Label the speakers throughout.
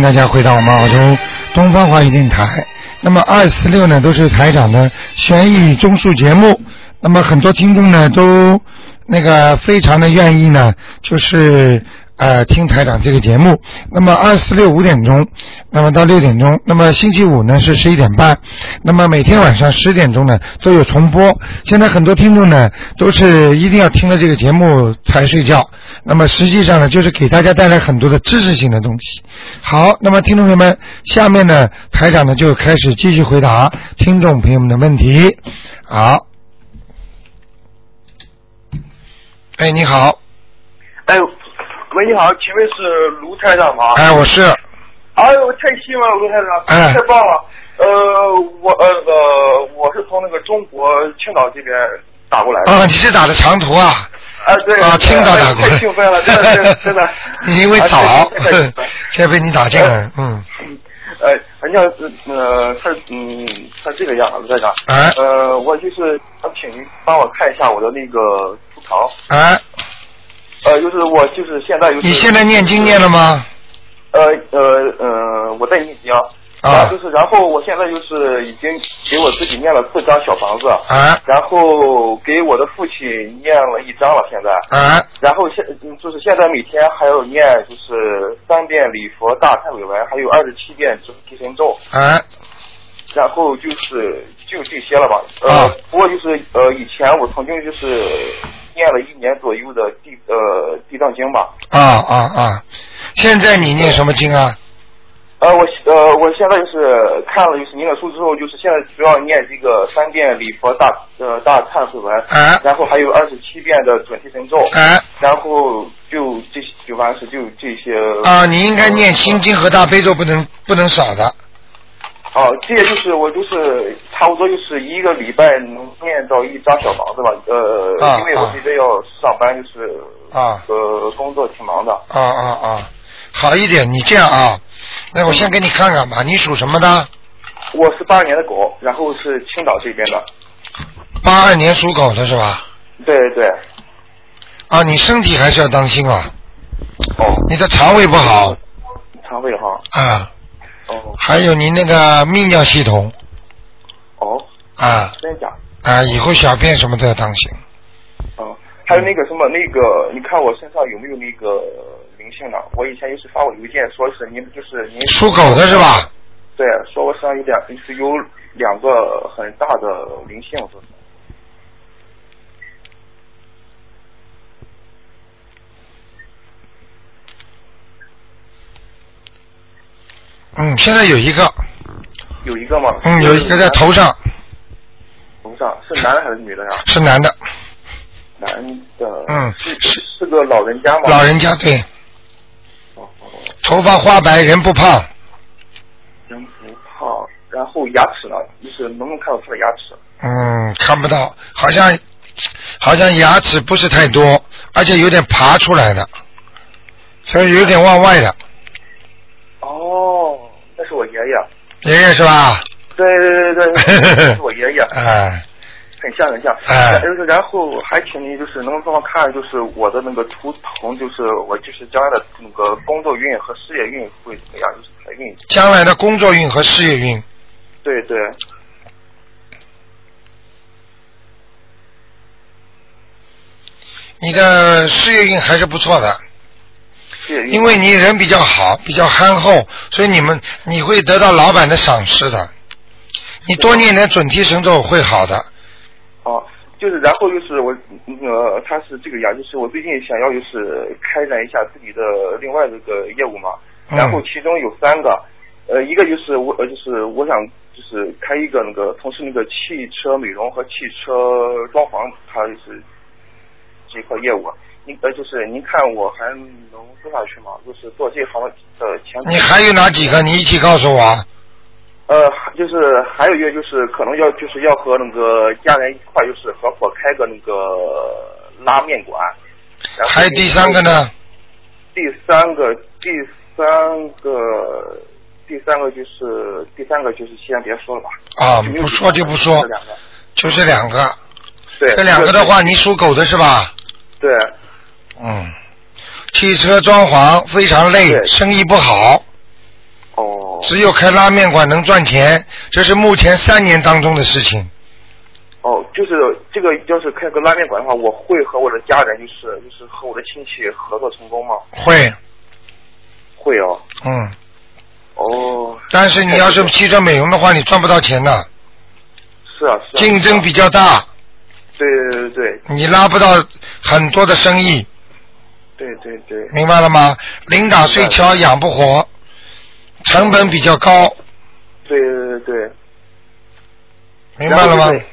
Speaker 1: 大家回到我们澳洲东方华语电台。那么二四六呢，都是台长的悬疑综述节目。那么很多听众呢，都那个非常的愿意呢，就是呃听台长这个节目。那么二四六五点钟，那么到六点钟，那么星期五呢是十一点半，那么每天晚上十点钟呢都有重播。现在很多听众呢都是一定要听了这个节目才睡觉，那么实际上呢就是给大家带来很多的知识性的东西。好，那么听众朋友们，下面呢台长呢就开始继续回答听众朋友们的问题。好，哎你好，
Speaker 2: 哎，喂，你好，请问是卢台长吗？
Speaker 1: 哎我是。
Speaker 2: 哎呦，太幸运了，卢台长，
Speaker 1: 哎
Speaker 2: 太棒了。呃，我呃呃，我是从那个中国青岛这边打过来的。
Speaker 1: 啊，你是打的长途啊？
Speaker 2: 啊，对。
Speaker 1: 啊，青岛打过来。。
Speaker 2: 哎太兴奋了，真的，真的，真的
Speaker 1: 你因为早
Speaker 2: 啊太兴奋太 兴奋，
Speaker 1: 这被你打进来，嗯，
Speaker 2: 呃，人家呃，他嗯，他这个样子，卢台长。
Speaker 1: 哎
Speaker 2: 呃，我就是想请您帮我看一下我的那个图腾。
Speaker 1: 哎，
Speaker 2: 呃，就是我就是现在就是。
Speaker 1: 你现在念经念了吗？
Speaker 2: 呃呃呃，我在念经。
Speaker 1: 啊
Speaker 2: 就是然后我现在就是已经给我自己念了四张小房子，
Speaker 1: 哎
Speaker 2: 然后给我的父亲念了一张了，现在。
Speaker 1: 哎
Speaker 2: 然后现嗯就是现在每天还要念就是三遍礼佛大忏悔文，还有二十七遍准提神咒，
Speaker 1: 哎，
Speaker 2: 然后就是就这些了吧。呃，
Speaker 1: 啊
Speaker 2: 不过就是呃以前我曾经就是念了一年左右的地呃地藏经吧。
Speaker 1: 啊啊啊！现在你念什么经啊？
Speaker 2: 呃，我呃，我现在就是看了就是您的书之后，就是现在主要念这个三遍礼佛大呃大忏悔文，
Speaker 1: 哎
Speaker 2: 然后还有二十七遍的准提神咒，
Speaker 1: 哎
Speaker 2: 然后就这些就完事就这些。
Speaker 1: 啊，你应该念心经和大悲咒，不能不能少的。
Speaker 2: 哦、这些就是我就是差不多就是一个礼拜能念到一张小房子吧，呃，
Speaker 1: 啊
Speaker 2: 因为我
Speaker 1: 啊
Speaker 2: 这边要上班，就是
Speaker 1: 啊
Speaker 2: 呃工作挺忙的，
Speaker 1: 啊啊啊！好一点，你这样啊，那我先给你看看吧，你属什么的？
Speaker 2: 我是八二年的狗，然后是青岛这边的，
Speaker 1: 八二年属狗的是吧？
Speaker 2: 对对，
Speaker 1: 啊，你身体还是要当心啊，
Speaker 2: 哦，
Speaker 1: 你的肠胃不好
Speaker 2: 肠胃哈，
Speaker 1: 啊，
Speaker 2: 哦
Speaker 1: 还有你那个泌尿系统
Speaker 2: 哦，
Speaker 1: 啊
Speaker 2: 真假？
Speaker 1: 啊，以后小便什么都要当心。
Speaker 2: 哦，还有那个什么，那个你看我身上有没有那个灵性呢？我以前也是发过邮件，说是您就是您
Speaker 1: 属狗的是吧？
Speaker 2: 对，说我身上有两是有两个很大的灵性，是
Speaker 1: 嗯，现在有一个，
Speaker 2: 有一个吗？
Speaker 1: 嗯，有一个在头上，
Speaker 2: 头上，是男的还是女的呀？
Speaker 1: 是男的，
Speaker 2: 男的，
Speaker 1: 嗯
Speaker 2: 是
Speaker 1: 是
Speaker 2: 是个老人家吗？
Speaker 1: 老人家对，
Speaker 2: 哦，哦哦
Speaker 1: 头发花白，人不胖，
Speaker 2: 人不胖，然后牙齿呢，就是能不能看到他的牙齿？
Speaker 1: 嗯，看不到，好像好像牙齿不是太多，而且有点爬出来的，所以有点往外的，
Speaker 2: 哦，那是我爷爷，
Speaker 1: 爷爷是吧？
Speaker 2: 对对对对， 那是我爷爷。
Speaker 1: 哎，
Speaker 2: 很像很像，
Speaker 1: 哎
Speaker 2: 然后然后还请你就是能帮我看，就是我的那个图腾，就是我就是将来的那个工作运和事业运会怎么样，就是财运。
Speaker 1: 将来的工作运和事业运，
Speaker 2: 对对，
Speaker 1: 你的事业运还是不错的，
Speaker 2: 事业运。
Speaker 1: 因为你人比较好，比较憨厚，所以你们你会得到老板的赏识的。你多念点准提神咒会好的。
Speaker 2: 哦、就是然后就是我嗯呃，他是这个样，就是我最近想要就是开展一下自己的另外这个业务嘛，
Speaker 1: 嗯
Speaker 2: 然后其中有三个，呃，一个就是我呃就是我想就是开一个那个从事那个汽车美容和汽车装潢，它就是这块业务啊。您呃就是您看我还能做下去吗？就是做这行的前途
Speaker 1: 你还有哪几个？你一起告诉我啊。
Speaker 2: 呃还就是还有一个就是可能要就是要和那个家人一块就是合伙开个那个拉面馆。然后
Speaker 1: 还有第三个呢？
Speaker 2: 第三个，第三个，第三个就是第三个就是先别说了吧。
Speaker 1: 啊，不说就不说
Speaker 2: 这，两个，
Speaker 1: 就这两个。
Speaker 2: 对，
Speaker 1: 这两个的话，你属狗的是吧？
Speaker 2: 对，
Speaker 1: 嗯。汽车装潢非常累，
Speaker 2: 对
Speaker 1: 生意不好。
Speaker 2: 哦
Speaker 1: 只有开拉面馆能赚钱，这是目前三年当中的事情。
Speaker 2: 哦，就是这个，要是开个拉面馆的话，我会和我的家人，就是就是和我的亲戚合作成功吗？
Speaker 1: 会，
Speaker 2: 会哦，
Speaker 1: 嗯，
Speaker 2: 哦，
Speaker 1: 但是你要是汽车美容的话，你赚不到钱的，
Speaker 2: 是啊是啊，
Speaker 1: 竞争比较大，
Speaker 2: 对对对
Speaker 1: 你拉不到很多的生意，
Speaker 2: 对对对，
Speaker 1: 明白了吗？零打碎桥养不活，成本比较高，
Speaker 2: 对对对对。
Speaker 1: 明白了吗
Speaker 2: 然后？就是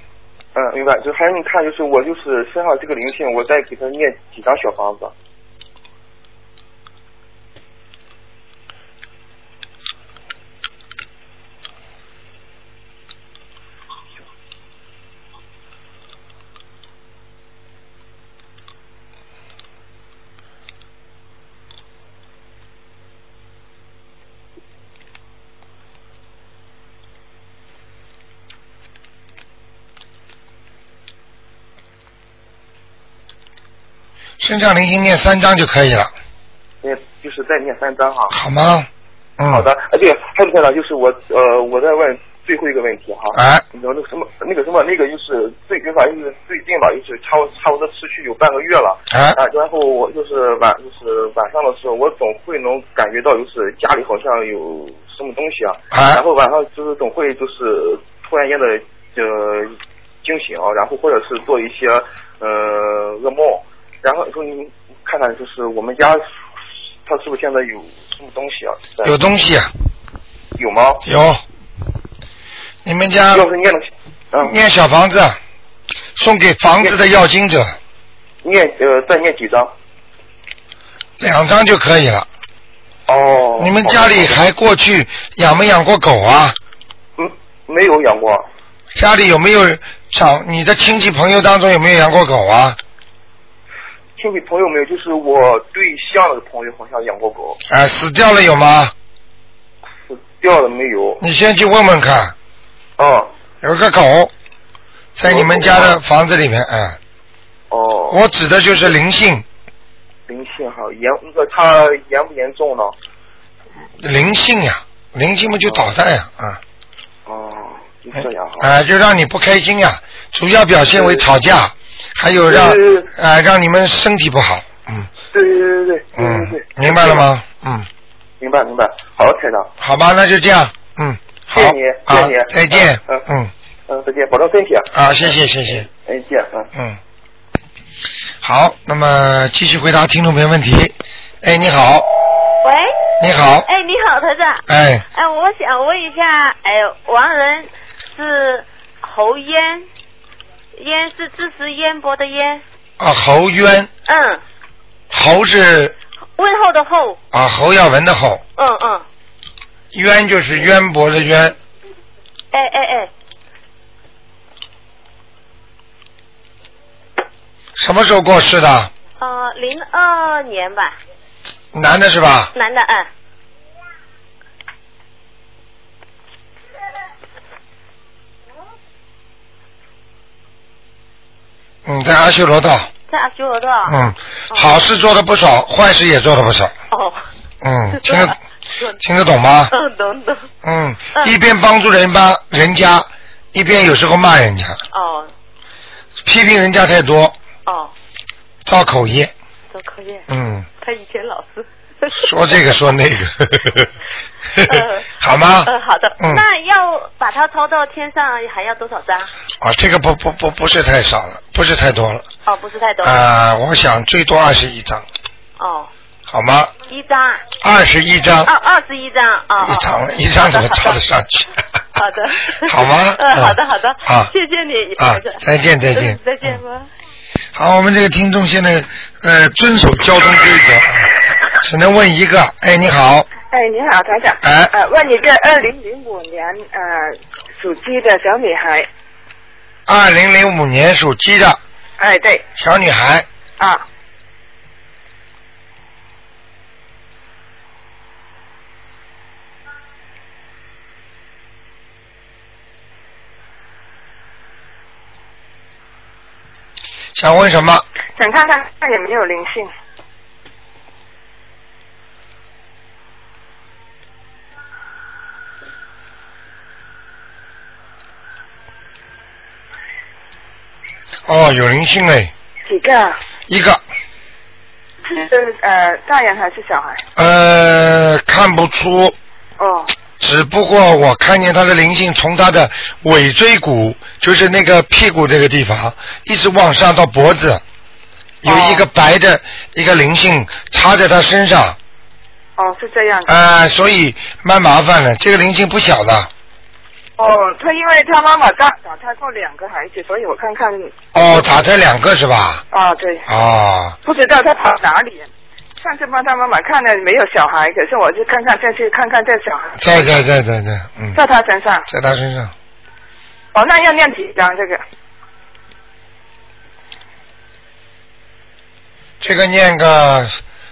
Speaker 2: 嗯，明白。就还有你看，就是我就是身上这个灵性，我再给他念几张小房子。
Speaker 1: 身上灵性念三张就可以了，
Speaker 2: 念就是再念三张哈。
Speaker 1: 好吗？嗯，
Speaker 2: 好的，，哎对，还有一个呢，就是我呃，我再问最后一个问题哈。
Speaker 1: 哎，
Speaker 2: 你知道那个什么，那个什么，那个就是最近反正就是最近吧，就是差不差不多持续有半个月了。
Speaker 1: 哎，
Speaker 2: 啊，然后我就是晚就是晚上的时候，我总会能感觉到就是家里好像有什么东西啊，
Speaker 1: 哎
Speaker 2: 然后晚上就是总会就是突然间的呃惊醒啊，然后或者是做一些呃噩梦，然后说您看看就是我们家它是不是现在有什么东西啊？在
Speaker 1: 有东西、啊，
Speaker 2: 有吗？
Speaker 1: 有。你们家
Speaker 2: 要是念了，嗯，
Speaker 1: 念小房子，送给房子的要经者，
Speaker 2: 念呃再念几张？
Speaker 1: 两张就可以了。
Speaker 2: 哦，
Speaker 1: 你们家里还过去养没养过狗啊？
Speaker 2: 嗯没有养过？
Speaker 1: 家里有没有长？你的亲戚朋友当中有没有养过狗啊？
Speaker 2: 亲戚朋友没有，就是我对象的朋友好像养过狗，
Speaker 1: 啊，死掉了有吗？
Speaker 2: 死掉了没有？
Speaker 1: 你先去问问看，
Speaker 2: 啊，
Speaker 1: 有个狗在你们家的房子里面啊。
Speaker 2: 哦，
Speaker 1: 我指的就是灵性，
Speaker 2: 灵性哈，严那个它严不严重呢？
Speaker 1: 灵性呀、灵性嘛就捣蛋呀啊。
Speaker 2: 哦，就
Speaker 1: 哎
Speaker 2: 这样哈。
Speaker 1: 啊，就让你不开心呀、主要表现为吵架，还有让
Speaker 2: 对对对
Speaker 1: 啊让你们身体不好，嗯
Speaker 2: 对对对对对对
Speaker 1: 嗯
Speaker 2: 对，，
Speaker 1: 明白了？吗？嗯，
Speaker 2: 明白明白，好，台长，
Speaker 1: 好吧，那就这样，嗯，好
Speaker 2: 谢谢你谢
Speaker 1: 啊
Speaker 2: 谢你，
Speaker 1: 再见
Speaker 2: 嗯，
Speaker 1: 嗯，
Speaker 2: 嗯，再见，保重身体，
Speaker 1: 啊，谢谢谢谢，
Speaker 2: 哎，见，嗯。
Speaker 1: 嗯，好，那么继续回答听众朋友问题。哎，你好，
Speaker 3: 喂，
Speaker 1: 你好，
Speaker 3: 哎，你好，台长。
Speaker 1: 哎，
Speaker 3: 哎，我想问一下，哎，亡人是侯烟，烟是支持烟波的烟。
Speaker 1: 啊，侯渊，
Speaker 3: 嗯，
Speaker 1: 侯是
Speaker 3: 问候的候。
Speaker 1: 啊侯耀文的侯，
Speaker 3: 嗯嗯。
Speaker 1: 渊就是渊博的渊，
Speaker 3: 哎哎哎，
Speaker 1: 什么时候过世的？
Speaker 3: 呃，零二年吧，
Speaker 1: 男的是吧？
Speaker 3: 男的，嗯。
Speaker 1: 嗯，在阿修罗道，
Speaker 3: 在阿修罗道。
Speaker 1: 嗯，好事做的不少，坏事也做了不少，
Speaker 3: 哦。
Speaker 1: 嗯，听得
Speaker 3: 嗯
Speaker 1: 听得懂吗？
Speaker 3: 嗯，懂懂。
Speaker 1: 嗯，
Speaker 3: 嗯
Speaker 1: 一边帮助人吧人家，一边有时候骂人家，
Speaker 3: 哦
Speaker 1: 批评人家太多，
Speaker 3: 哦，
Speaker 1: 造口业，
Speaker 3: 都可以。
Speaker 1: 嗯，
Speaker 3: 他以前老是。
Speaker 1: 说这个说那个，
Speaker 3: 呃
Speaker 1: 好吗？
Speaker 3: 嗯，好的。
Speaker 1: 嗯，
Speaker 3: 那要把它抄到天上，还要多少张？
Speaker 1: 啊，这个不不不不是太少了，不是太多了，
Speaker 3: 哦，不是太多。
Speaker 1: 啊、我想最多二十一张，
Speaker 3: 哦，
Speaker 1: 好吗？
Speaker 3: 一张啊，
Speaker 1: 二十一张，
Speaker 4: 哦
Speaker 3: 二二十一张啊。哦
Speaker 1: 一张了，一张 怎么抄得上 去？。
Speaker 3: 好的
Speaker 1: 好吗？
Speaker 3: 嗯，好的好的。
Speaker 1: 啊，
Speaker 3: 谢谢你，
Speaker 1: 啊
Speaker 3: 台长，
Speaker 1: 再见再见
Speaker 3: 嗯。再见吧。
Speaker 1: 好，我们这个听众现在呃遵守交通规则，只能问一个。哎，你好，
Speaker 5: 哎，你好，台长。
Speaker 1: 哎
Speaker 5: 呃，问一个二零零五年呃属鸡的小女孩。
Speaker 1: 二零零五年属鸡的
Speaker 5: 哎，对，
Speaker 1: 小女孩，
Speaker 5: 啊，
Speaker 1: 想问什么？
Speaker 5: 想看看看有没有灵性。
Speaker 1: 哦，有灵性哎，
Speaker 5: 几个啊？
Speaker 1: 一个，
Speaker 5: 是呃大人还是小孩？
Speaker 1: 呃，看不出，
Speaker 5: 哦
Speaker 1: 只不过我看见他的灵性从他的尾椎骨，就是那个屁股这个地方，一直往上到脖子，有一个白的一个灵性插在他身上，
Speaker 5: 哦，是这样的。
Speaker 1: 啊、所以蛮麻烦的。这个灵性不小的，
Speaker 5: 哦，他因为他妈妈打打胎过两个孩子，所以我看看
Speaker 1: 哦，打胎两个是吧？
Speaker 5: 啊，对，
Speaker 1: 哦，
Speaker 5: 不知道他跑哪里。上次帮他妈妈看了没有小孩，可是我就看看再去看看这小孩
Speaker 1: 在在在在在，嗯，
Speaker 5: 在他身上。
Speaker 1: 在他身上，
Speaker 5: 哦，那要念几张这个？
Speaker 1: 这个念个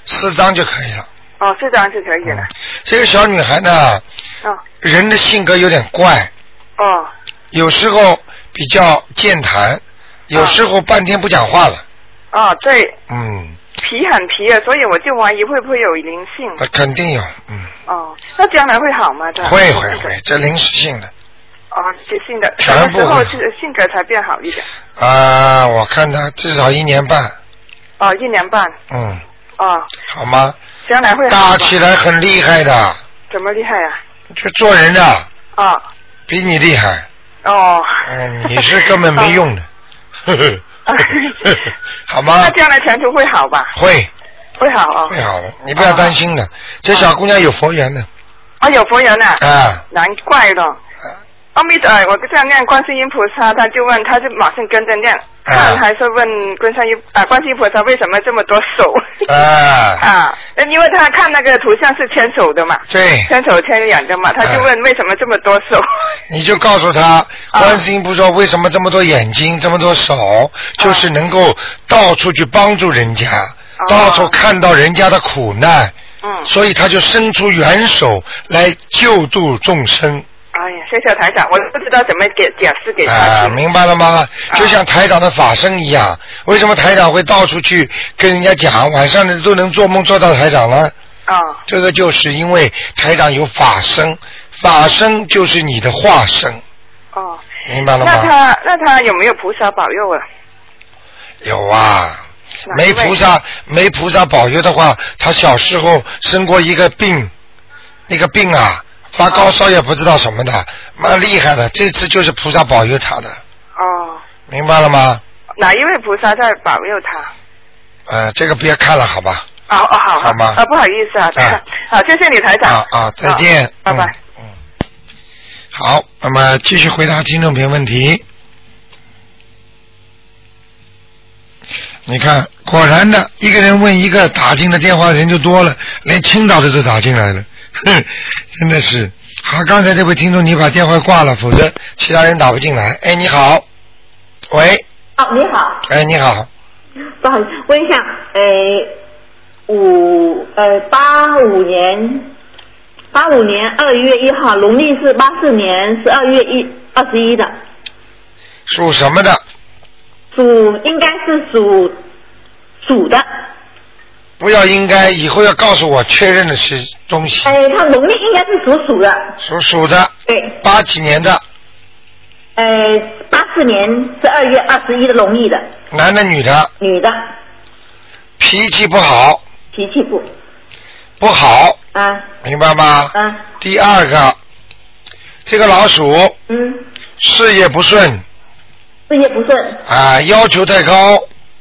Speaker 1: 四张就可以了。
Speaker 5: 哦，四张是可以的。
Speaker 1: 这个小女孩呢，
Speaker 5: 嗯，
Speaker 1: 人的性格有点怪，嗯
Speaker 5: 哦
Speaker 1: 有时候比较健谈，有时候半天不讲话了。
Speaker 5: 哦，对，
Speaker 1: 嗯，
Speaker 5: 皮很皮啊，所以我就怀疑会不会有灵性。
Speaker 1: 那肯定有，嗯，
Speaker 5: 哦，那将来会好吗？这
Speaker 1: 会会会，这临时性的
Speaker 5: 哦，这性的什
Speaker 1: 全
Speaker 5: 么
Speaker 1: 部
Speaker 5: 时候
Speaker 1: 会
Speaker 5: 是性格才变好一点？
Speaker 1: 啊，我看她至少一年半，
Speaker 5: 哦，一年半。
Speaker 1: 嗯，
Speaker 5: 哦，
Speaker 1: 好吗？
Speaker 5: 将来会好
Speaker 1: 大
Speaker 5: 吧
Speaker 1: 起来很厉害的，
Speaker 5: 怎么厉害啊呀、
Speaker 1: 这做人的
Speaker 5: 啊？
Speaker 1: 比你厉害，
Speaker 5: 哦哦。
Speaker 1: 嗯，你是根本没用的，呵呵，好吗
Speaker 5: 那？将来前途会好吧？
Speaker 1: 会
Speaker 5: 会好哦。
Speaker 1: 会好的，你不要担心的，这小姑娘有佛缘的，
Speaker 5: 啊，有佛缘呐、
Speaker 1: 啊，
Speaker 5: 难怪了。阿弥陀，哎我这样念观世音菩萨，他就问，他就马上跟着念，
Speaker 1: 啊
Speaker 5: 看还是问观世音啊，观世音菩萨为什么这么多手
Speaker 1: 啊，
Speaker 5: 啊？那因为他看那个图像是牵手的嘛，
Speaker 1: 对，啊
Speaker 5: 牵手牵两个嘛，他就问为什么这么多 手？
Speaker 1: 你就告诉他，
Speaker 5: 啊
Speaker 1: 观世音菩萨为什么这么多眼睛，这么多手，就是能够到处去帮助人家，到处看到人家的苦难，
Speaker 5: 哦嗯，
Speaker 1: 所以他就伸出援手来救度众生。
Speaker 5: 哎呀，谢谢台长，我不知道怎么给解释给他
Speaker 1: 啊，
Speaker 5: 听。
Speaker 1: 明白了吗？
Speaker 5: 啊
Speaker 1: 就像台长的法身一样，为什么台长会到处去跟人家讲，晚上呢都能做梦做到台长呢？
Speaker 5: 啊、
Speaker 1: 这个就是因为台长有法身，法身就是你的化身，
Speaker 5: 哦，
Speaker 1: 明白了
Speaker 5: 那
Speaker 1: 吗？
Speaker 5: 他那他有没有菩萨保佑啊？
Speaker 1: 有啊，
Speaker 5: 哪
Speaker 1: 没
Speaker 5: 一位
Speaker 1: 菩萨没菩萨保佑的话，他小时候生过一个病，那个病啊发高烧也不知道什么的，蛮厉害的。这次就是菩萨保佑他的，
Speaker 5: 哦，
Speaker 1: 明白了吗？
Speaker 5: 哪一位菩萨在保佑他？
Speaker 1: 呃，这个别看了，好吧？
Speaker 5: 哦哦好，
Speaker 1: 好吗
Speaker 5: 啊，不好意思啊，
Speaker 1: 啊
Speaker 5: 好，谢谢你台长。
Speaker 1: 啊啊，再见，
Speaker 5: 好拜拜。
Speaker 1: 嗯。嗯，好，那么继续回答听众朋友问题。你看，果然的，一个人问一个，打进的电话人就多了，连青岛的都打进来了，哼，真的是。好，刚才这位听众，你把电话挂了，否则其他人打不进来。哎，你好，喂，
Speaker 4: 哦，你好，呃
Speaker 1: 哎，你好，
Speaker 4: 不好意思，问一下，呃，五呃八五年，八五年二月一号，农历是八四年十二月一二十一的，
Speaker 1: 属什么的？
Speaker 4: 属应该是属属的，
Speaker 1: 不要应该，以后要告诉我确认的是东西，
Speaker 4: 呃，他农历应该是属鼠的，
Speaker 1: 属鼠的，
Speaker 4: 对，
Speaker 1: 八几年的，
Speaker 4: 呃，八四年十二月二十一的农历的，
Speaker 1: 男的女的，
Speaker 4: 女的，
Speaker 1: 脾气不好，
Speaker 4: 脾气不
Speaker 1: 不好，
Speaker 4: 啊
Speaker 1: 明白吗？
Speaker 4: 啊
Speaker 1: 第二个，这个老鼠
Speaker 4: 嗯，
Speaker 1: 事业不顺
Speaker 4: 事业不顺，
Speaker 1: 啊，要求太高，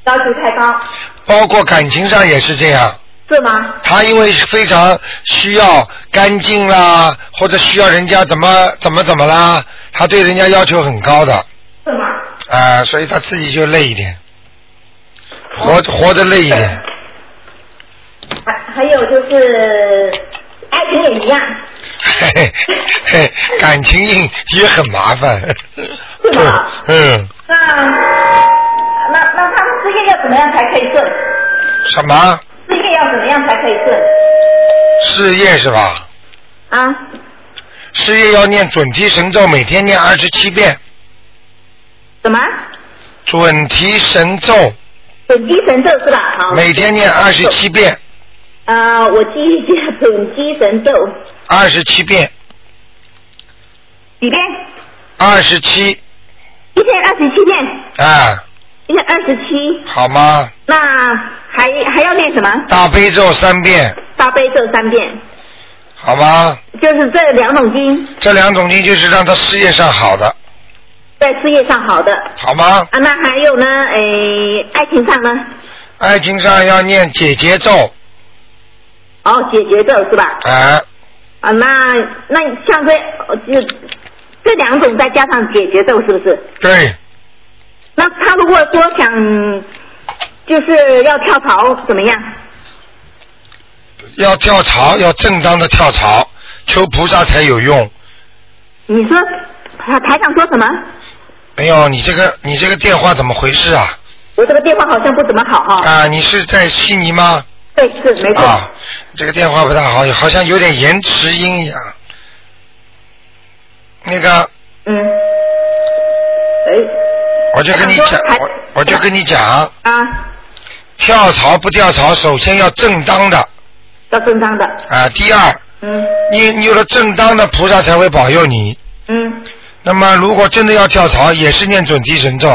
Speaker 4: 要求太高，
Speaker 1: 包括感情上也是这样。
Speaker 4: 是吗？
Speaker 1: 他因为非常需要干净啦，或者需要人家怎么怎么怎么啦，他对人家要求很高的
Speaker 4: 是吗？
Speaker 1: 啊，所以他自己就累一点，活
Speaker 4: 哦
Speaker 1: 活得累一点。
Speaker 4: 还还有就是爱情也一样，
Speaker 1: 嘿嘿嘿， 感情硬也很麻 烦。
Speaker 4: 是吗
Speaker 1: 嗯，
Speaker 4: 那那那他事业要怎么样才可以顺？
Speaker 1: 什么
Speaker 4: 事业要怎么样才可以顺？
Speaker 1: 事业是吧？
Speaker 4: 啊，
Speaker 1: 事业要念准提神咒，每天念二十七遍。
Speaker 4: 什么？
Speaker 1: 准提神咒
Speaker 4: 准基神咒是吧？好。
Speaker 1: 每天念二十七遍，
Speaker 4: 啊、我记一下准基神咒
Speaker 1: 二十七遍，
Speaker 4: 几遍？
Speaker 1: 二十七
Speaker 4: 一天二十七遍，
Speaker 1: 啊，
Speaker 4: 一现在二十七，
Speaker 1: 好吗？
Speaker 4: 那还还要念什么？
Speaker 1: 大悲咒三遍，
Speaker 4: 大悲咒三遍，
Speaker 1: 好吗？
Speaker 4: 就是这两种经
Speaker 1: 这两种经就是让他事业上好的，
Speaker 4: 在事业上好的。
Speaker 1: 好吗？
Speaker 4: 啊，那还有呢？诶，爱情上呢？
Speaker 1: 爱情上要念姐姐咒，
Speaker 4: 哦，解决咒是吧？
Speaker 1: 哎、
Speaker 4: 啊，那那像这呃就这两种再加上解决咒是不是？
Speaker 1: 对，
Speaker 4: 那他如果说想就是要跳槽怎么样？
Speaker 1: 要跳槽，要正当的跳槽，求菩萨才有用。
Speaker 4: 你说台台长说什么？
Speaker 1: 哎呦，你这个你这个电话怎么回事啊？
Speaker 4: 我这个电话好像不怎么好哈、
Speaker 1: 啊，你是在悉尼吗？
Speaker 4: 对，是没错。
Speaker 1: 啊，这个电话不大好，好像有点延迟音一样。那个，
Speaker 4: 嗯。哎
Speaker 1: 我就跟你
Speaker 4: 台
Speaker 1: 讲
Speaker 4: 长说，台
Speaker 1: 我我就跟你讲，
Speaker 4: 啊，
Speaker 1: 跳槽不跳槽，首先要正当的
Speaker 4: 要正当的。
Speaker 1: 啊。第二，
Speaker 4: 嗯
Speaker 1: 你你有了正当的菩萨才会保佑你。
Speaker 4: 嗯，
Speaker 1: 那么如果真的要跳槽，也是念准提神咒，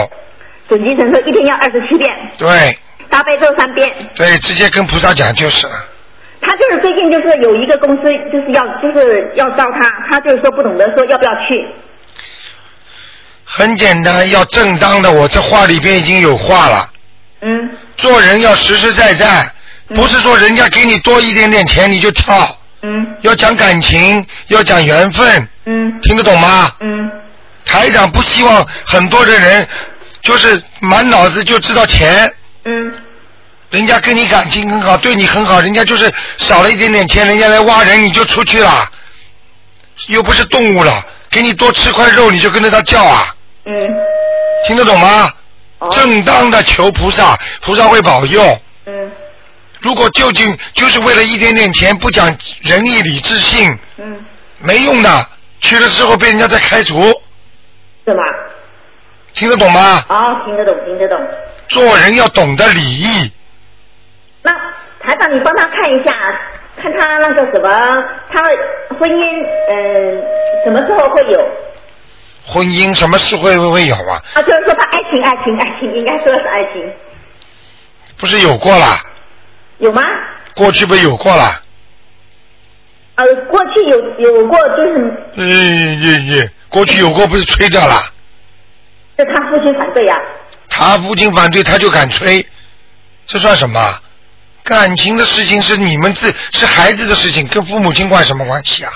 Speaker 4: 准提神咒一天要二十七遍，
Speaker 1: 对
Speaker 4: 大悲咒三遍。
Speaker 1: 对，直接跟菩萨讲就是了。
Speaker 4: 他就是最近就是有一个公司就是要就是要招他，他就是说不懂得说要不要去。
Speaker 1: 很简单，要正当的。我这话里边已经有话了，
Speaker 4: 嗯
Speaker 1: 做人要实实在在，
Speaker 4: 嗯
Speaker 1: 不是说人家给你多一点点钱你就跳，
Speaker 4: 嗯
Speaker 1: 要讲感情，要讲缘分，
Speaker 4: 嗯
Speaker 1: 听得懂吗？
Speaker 4: 嗯
Speaker 1: 台长不希望很多的人就是满脑子就知道钱，
Speaker 4: 嗯
Speaker 1: 人家跟你感情很好，对你很好，人家就是少了一点点钱，人家来挖人你就出去了，又不是动物了，给你多吃块肉你就跟着他叫啊，
Speaker 4: 嗯，
Speaker 1: 听得懂吗？
Speaker 4: 哦，
Speaker 1: 正当的求菩萨，菩萨会保佑。
Speaker 4: 嗯
Speaker 1: 如果究竟就是为了一点点钱，不讲仁义礼智信，
Speaker 4: 嗯，
Speaker 1: 没用的，去了之后被人家再开除，
Speaker 4: 是吗？
Speaker 1: 听得懂吗？
Speaker 4: 哦，听得懂，听得懂。
Speaker 1: 做人要懂得礼义，
Speaker 4: 那台长，你帮他看一下，看他那个什么，他的婚姻，嗯、什么时候会有？
Speaker 1: 婚姻什么事会不会有啊？
Speaker 4: 啊，就是说他爱情，爱情，爱情，应该说的是爱情，
Speaker 1: 不是有过啦，
Speaker 4: 有吗？
Speaker 1: 过去不是有过啦？
Speaker 4: 呃，过去有有过，就是
Speaker 1: 嗯嗯嗯，过去有过不是吹掉啦？
Speaker 4: 就他父亲反对呀、
Speaker 1: 他不经反对，他就敢吹，这算什么？感情的事情是你们自是孩子的事情，跟父母亲管什么关系啊？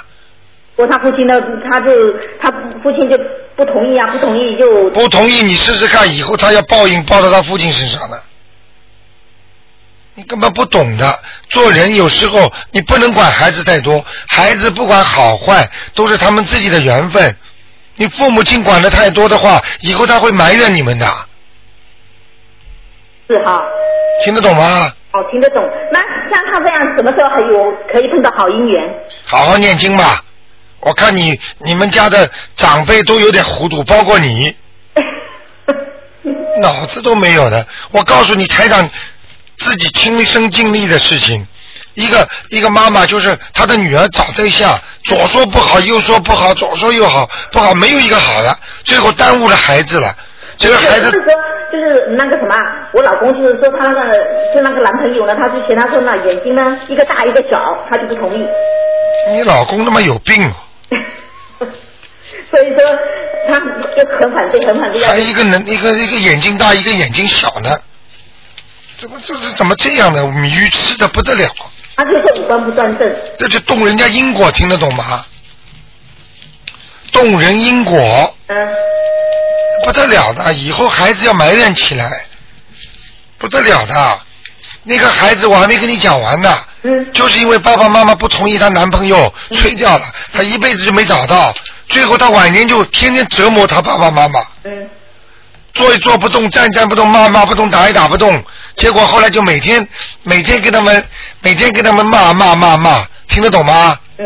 Speaker 4: 不过他父亲呢，他就他父亲就不同意啊，不同意就
Speaker 1: 不同意你试试看，以后他要报应报到他父亲身上的。你根本不懂的，做人有时候你不能管孩子太多，孩子不管好坏都是他们自己的缘分。你父母亲管的太多的话，以后他会埋怨你们的，
Speaker 4: 是哈、
Speaker 1: 听得懂吗？
Speaker 4: 哦，听得懂。那像他这样，什么时候还有可以碰到好姻缘？
Speaker 1: 好好念经吧。我看你你们家的长辈都有点糊涂，包括你脑子都没有的。我告诉你，台长自己亲身经历的事情，一个一个妈妈就是她的女儿找对象，左说不好，右说不好，左说右好不好，没有一个好的，最后耽误了孩子了。这个孩
Speaker 4: 就
Speaker 1: 子
Speaker 4: 是说，就是那个什么，啊我老公就是说他那个就那个男朋友呢，他就嫌他说那眼睛呢一个大一个小，他就不同意。
Speaker 1: 你老公他妈有病，
Speaker 4: 所以说他就很反对，很反对要
Speaker 1: 还一个能一个一个眼睛大，一个眼睛小呢，怎么这是怎么这样的？迷痴的不得了。
Speaker 4: 他就说五官啊不端正。
Speaker 1: 这就动人家因果，听得懂吗？动人因果
Speaker 4: 嗯，
Speaker 1: 不得了的，以后孩子要埋怨起来，不得了的。那个孩子我还没跟你讲完呢，
Speaker 4: 嗯
Speaker 1: 就是因为爸爸妈妈不同意她男朋友，吹掉了，她一辈子就没找到，最后她晚年就天天折磨她爸爸妈妈，
Speaker 4: 嗯
Speaker 1: 坐也坐不动，站也站不动，骂也骂不动，打也打不动，结果后来就每天每天跟他们每天跟他们骂骂骂骂，听得懂吗？
Speaker 4: 嗯，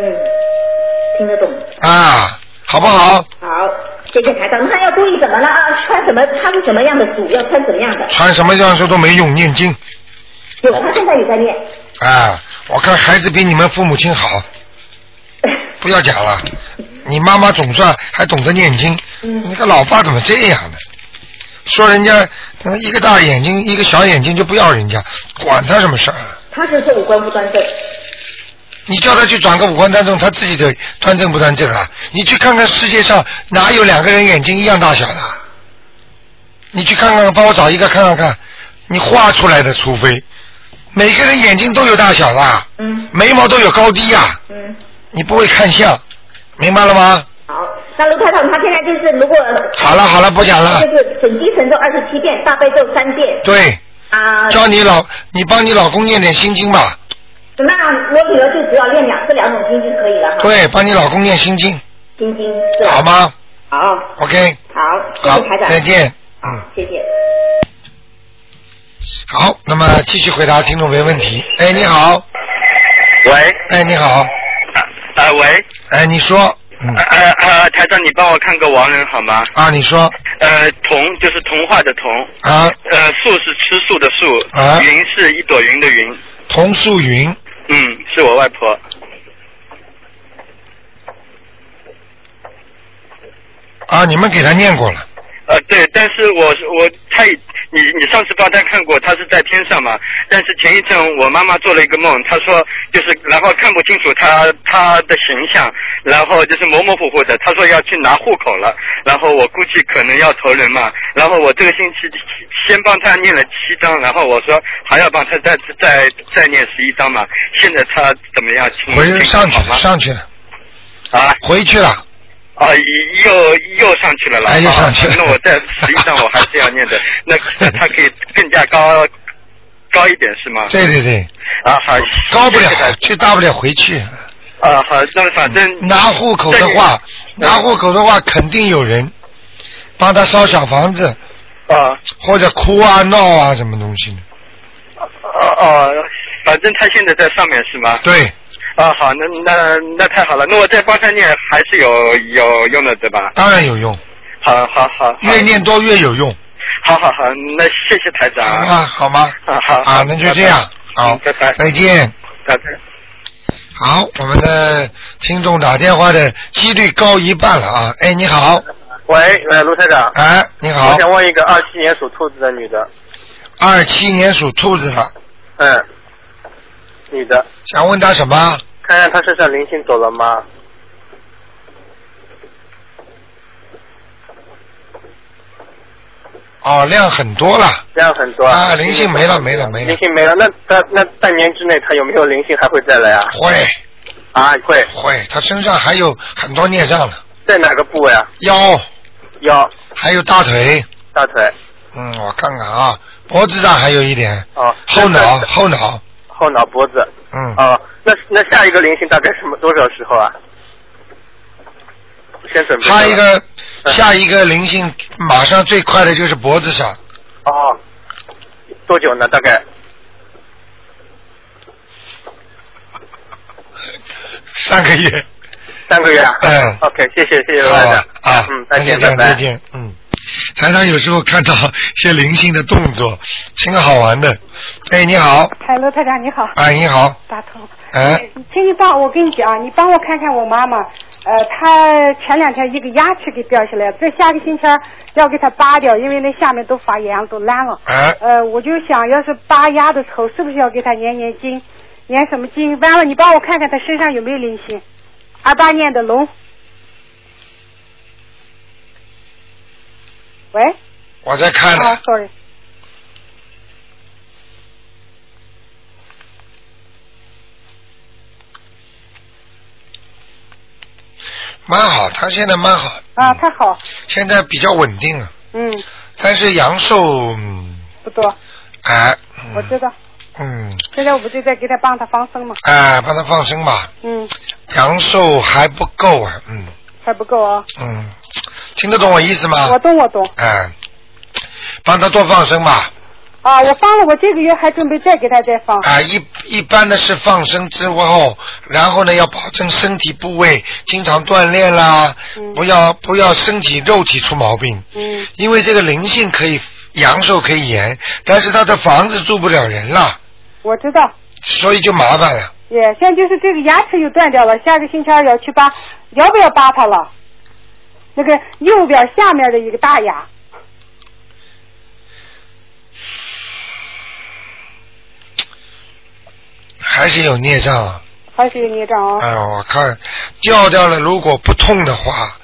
Speaker 4: 听得懂。
Speaker 1: 啊，好不好？
Speaker 4: 好，谢谢台长。那他要注意什么了啊？穿什么？他是什么样的主要穿什么样的？
Speaker 1: 穿什么样说都没用，念经
Speaker 4: 有，他现在也在念。
Speaker 1: 啊！我看孩子比你们父母亲好，不要讲了。你妈妈总算还懂得念经，
Speaker 4: 嗯
Speaker 1: 你个老爸怎么这样呢？说人家他妈一个大眼睛一个小眼睛就不要人家，管他什么事儿？啊
Speaker 4: 他就是五官不端正。
Speaker 1: 你叫他去转个五官端正，他自己的端正不端正啊？你去看看世界上哪有两个人眼睛一样大小的？啊你去看看，帮我找一个看看看，你画出来的，除非每个人眼睛都有大小的，
Speaker 4: 嗯
Speaker 1: 眉毛都有高低呀、
Speaker 4: 嗯，
Speaker 1: 你不会看相，明白了吗？
Speaker 4: 好。那卢台长他现在就是如果
Speaker 1: 好了好了，不讲了
Speaker 4: 就。是准提神咒二十七遍，大悲咒三遍
Speaker 1: 对，
Speaker 4: 啊。
Speaker 1: 教你老，你帮你老公念点心经吧。
Speaker 4: 那我女儿就只要练两这两种经就可以了哈。
Speaker 1: 对，帮你老公念心经，
Speaker 4: 心经是吧
Speaker 1: 好？吗
Speaker 4: 好，
Speaker 1: ？OK，
Speaker 4: 好，谢
Speaker 1: 好
Speaker 4: 谢台，长。
Speaker 1: 再。见。嗯，
Speaker 4: 谢谢。
Speaker 1: 好，那么继续回答听众没问题。哎，你好，
Speaker 6: 喂，
Speaker 1: 哎，你好，
Speaker 6: 啊喂，
Speaker 1: 哎，你说，嗯
Speaker 6: 呃呃呃，台长，你帮我看个亡人好吗？
Speaker 1: 啊，你说
Speaker 6: 呃，童就是童话的童，
Speaker 1: 啊，
Speaker 6: 呃，树是吃素的素，
Speaker 1: 啊
Speaker 6: 云是一朵云的云，
Speaker 1: 童素云，
Speaker 6: 嗯，是我外婆。
Speaker 1: 啊，你们给他念过了，
Speaker 6: 呃，对，但是我我他已你你上次帮他看过，他是在天上嘛。但是前一阵我妈妈做了一个梦，她说就是然后看不清楚他他的形象，然后就是模模糊糊的。她说要去拿户口了，然后我估计可能要投人嘛。然后我这个星期先帮他念了七章，然后我说还要帮他再再再念十一章嘛。现在他怎么样？情
Speaker 1: 回
Speaker 6: 情
Speaker 1: 上去
Speaker 6: 嗯好
Speaker 1: 了，
Speaker 6: 吗？
Speaker 1: 上去了，
Speaker 6: 啊
Speaker 1: 回去了，
Speaker 6: 啊，又又上去了啦！
Speaker 1: 哎又上去了
Speaker 6: 啊那我在实际上我还是要念 的，那那它可以更加高高一点是吗？
Speaker 1: 对对对，
Speaker 6: 啊，好，
Speaker 1: 高不
Speaker 6: 谢谢大
Speaker 1: 了，
Speaker 6: 家
Speaker 1: 最大不了回去。
Speaker 6: 啊，好，那反正
Speaker 1: 拿户口的话，拿户口的话，肯定有人帮他烧小房子，
Speaker 6: 啊
Speaker 1: 或者哭啊、闹啊什么东西的。
Speaker 6: 哦哦，反正他现在在上面是吗？
Speaker 1: 对，
Speaker 6: 啊，好，那那那太好了，那我再帮他念还是有有用的对吧？
Speaker 1: 当然有用，
Speaker 6: 好好好，好
Speaker 1: 越念多越有用，
Speaker 6: 好好好，那谢谢台长
Speaker 1: 好吗？好吗？
Speaker 6: 啊好
Speaker 1: 啊，那就这样，好
Speaker 6: 嗯拜拜，
Speaker 1: 再见。
Speaker 6: 拜拜。
Speaker 1: 好，我们的听众打电话的几率高一半了啊！哎，你好，
Speaker 2: 喂，呃，卢台长，
Speaker 1: 哎，你好
Speaker 2: 我，想问一个二七年属兔子的女的，
Speaker 1: 二七年属兔子的，
Speaker 2: 嗯，女的，
Speaker 1: 想问他什么？
Speaker 2: 看看她身上灵性走了吗？
Speaker 1: 哦，量很多了，
Speaker 2: 量很多嗯
Speaker 1: 啊，灵性没了，没了，没了
Speaker 2: 灵，性没了，那那那半年之内她有没有灵性还会再来啊？
Speaker 1: 会
Speaker 2: 啊，会
Speaker 1: 会，他身上还有很多孽障了，
Speaker 2: 在哪个部位啊？
Speaker 1: 腰
Speaker 2: 腰、
Speaker 1: 还有大腿，
Speaker 2: 大腿，
Speaker 1: 嗯，我看看啊，脖子上还有一点，
Speaker 2: 哦，
Speaker 1: 后脑
Speaker 2: 那那
Speaker 1: 后脑，
Speaker 2: 后脑脖子，
Speaker 1: 嗯，
Speaker 2: 哦，那那下一个灵性大概什么多少时候啊？先准备。
Speaker 1: 下一。个
Speaker 2: 嗯
Speaker 1: 下一个灵性马上最快的就是脖子上，
Speaker 2: 哦，多久呢？大概？
Speaker 1: 三个月。
Speaker 2: 三个月啊。
Speaker 1: 嗯
Speaker 2: OK，谢谢谢谢罗
Speaker 1: 好
Speaker 2: 台
Speaker 1: 吧
Speaker 2: 长。
Speaker 1: 啊，
Speaker 2: 嗯，再见
Speaker 1: 那就这样
Speaker 2: 拜拜。
Speaker 1: 再见，嗯。台长有时候看到一些灵性的动作，挺好玩的。哎，你好，
Speaker 7: 嗨，罗台长你好，
Speaker 1: 啊，你好，
Speaker 7: 打通。
Speaker 1: 哎，
Speaker 7: 请你帮我跟你讲，你帮我看看我妈妈，呃，她前两天一个牙齿给掉下来，这下个星期儿要给她拔掉，因为那下面都发炎了，都烂了。
Speaker 1: 哎，
Speaker 7: 呃，我就想要是拔牙的时候，是不是要给她念念经，念什么经？完了，你帮我看看她身上有没有灵性。二八年的龙。喂，
Speaker 1: 我在看
Speaker 7: 啊
Speaker 1: 呢，
Speaker 7: ，sorry，
Speaker 1: 蛮好，他现在蛮好，嗯
Speaker 7: 啊，太好，
Speaker 1: 现在比较稳定了。
Speaker 7: 嗯，
Speaker 1: 但是阳寿，嗯
Speaker 7: 不多，
Speaker 1: 哎，嗯
Speaker 7: 我知道。
Speaker 1: 嗯，
Speaker 7: 现在我不就在给他帮他放生吗？
Speaker 1: 哎，帮他放生吧，
Speaker 7: 嗯，
Speaker 1: 阳寿还不够啊，嗯
Speaker 7: 还不够啊。
Speaker 1: 嗯，听得懂我意思吗？
Speaker 7: 我懂，我懂。
Speaker 1: 哎，帮他多放生吧。
Speaker 7: 啊，我放了，我这个月还准备再给他再放。
Speaker 1: 啊，一一般的是放生之后，然后呢要保证身体部位经常锻炼啦，
Speaker 7: 嗯
Speaker 1: 不要不要身体肉体出毛病，
Speaker 7: 嗯，
Speaker 1: 因为这个灵性可以阳寿可以延，但是他的房子住不了人了，
Speaker 7: 我知道。
Speaker 1: 所以就麻烦了。
Speaker 7: 也，现在就是这个牙齿又断掉了，下个星期二要去拔，要不要拔它了？那个右边下面的一个大牙，
Speaker 1: 还是有孽障啊！
Speaker 7: 还是有孽障
Speaker 1: 啊、
Speaker 7: 哦。
Speaker 1: 我看掉掉了，如果不痛的话，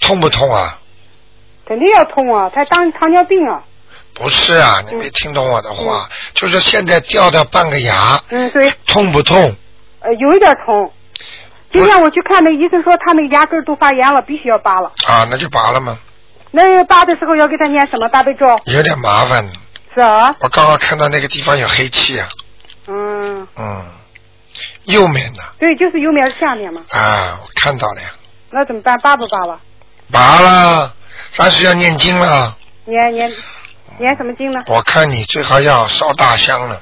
Speaker 1: 痛不痛啊？
Speaker 7: 肯定要痛啊，他当糖尿病啊。
Speaker 1: 不是
Speaker 7: 嗯
Speaker 1: 啊，你没听懂我的话，就是现在掉掉半个牙，
Speaker 7: 嗯，对，
Speaker 1: 痛不痛？
Speaker 7: 呃，有一点痛。今天我去看那医生说他那个牙根儿都发炎了，必须要拔了。
Speaker 1: 啊，那就拔了嘛，
Speaker 7: 那拔的时候要给他念什么大悲咒？
Speaker 1: 有点麻烦。
Speaker 7: 是啊，
Speaker 1: 我刚刚看到那个地方有黑气啊，
Speaker 7: 嗯，
Speaker 1: 嗯，右面的
Speaker 7: 对，就是右面下面嘛。
Speaker 1: 啊，我看到了呀，
Speaker 7: 那怎么办？拔不拔了？
Speaker 1: 拔了，但是要念经了。
Speaker 7: 念念念什么经呢？
Speaker 1: 我看你最好要烧大香了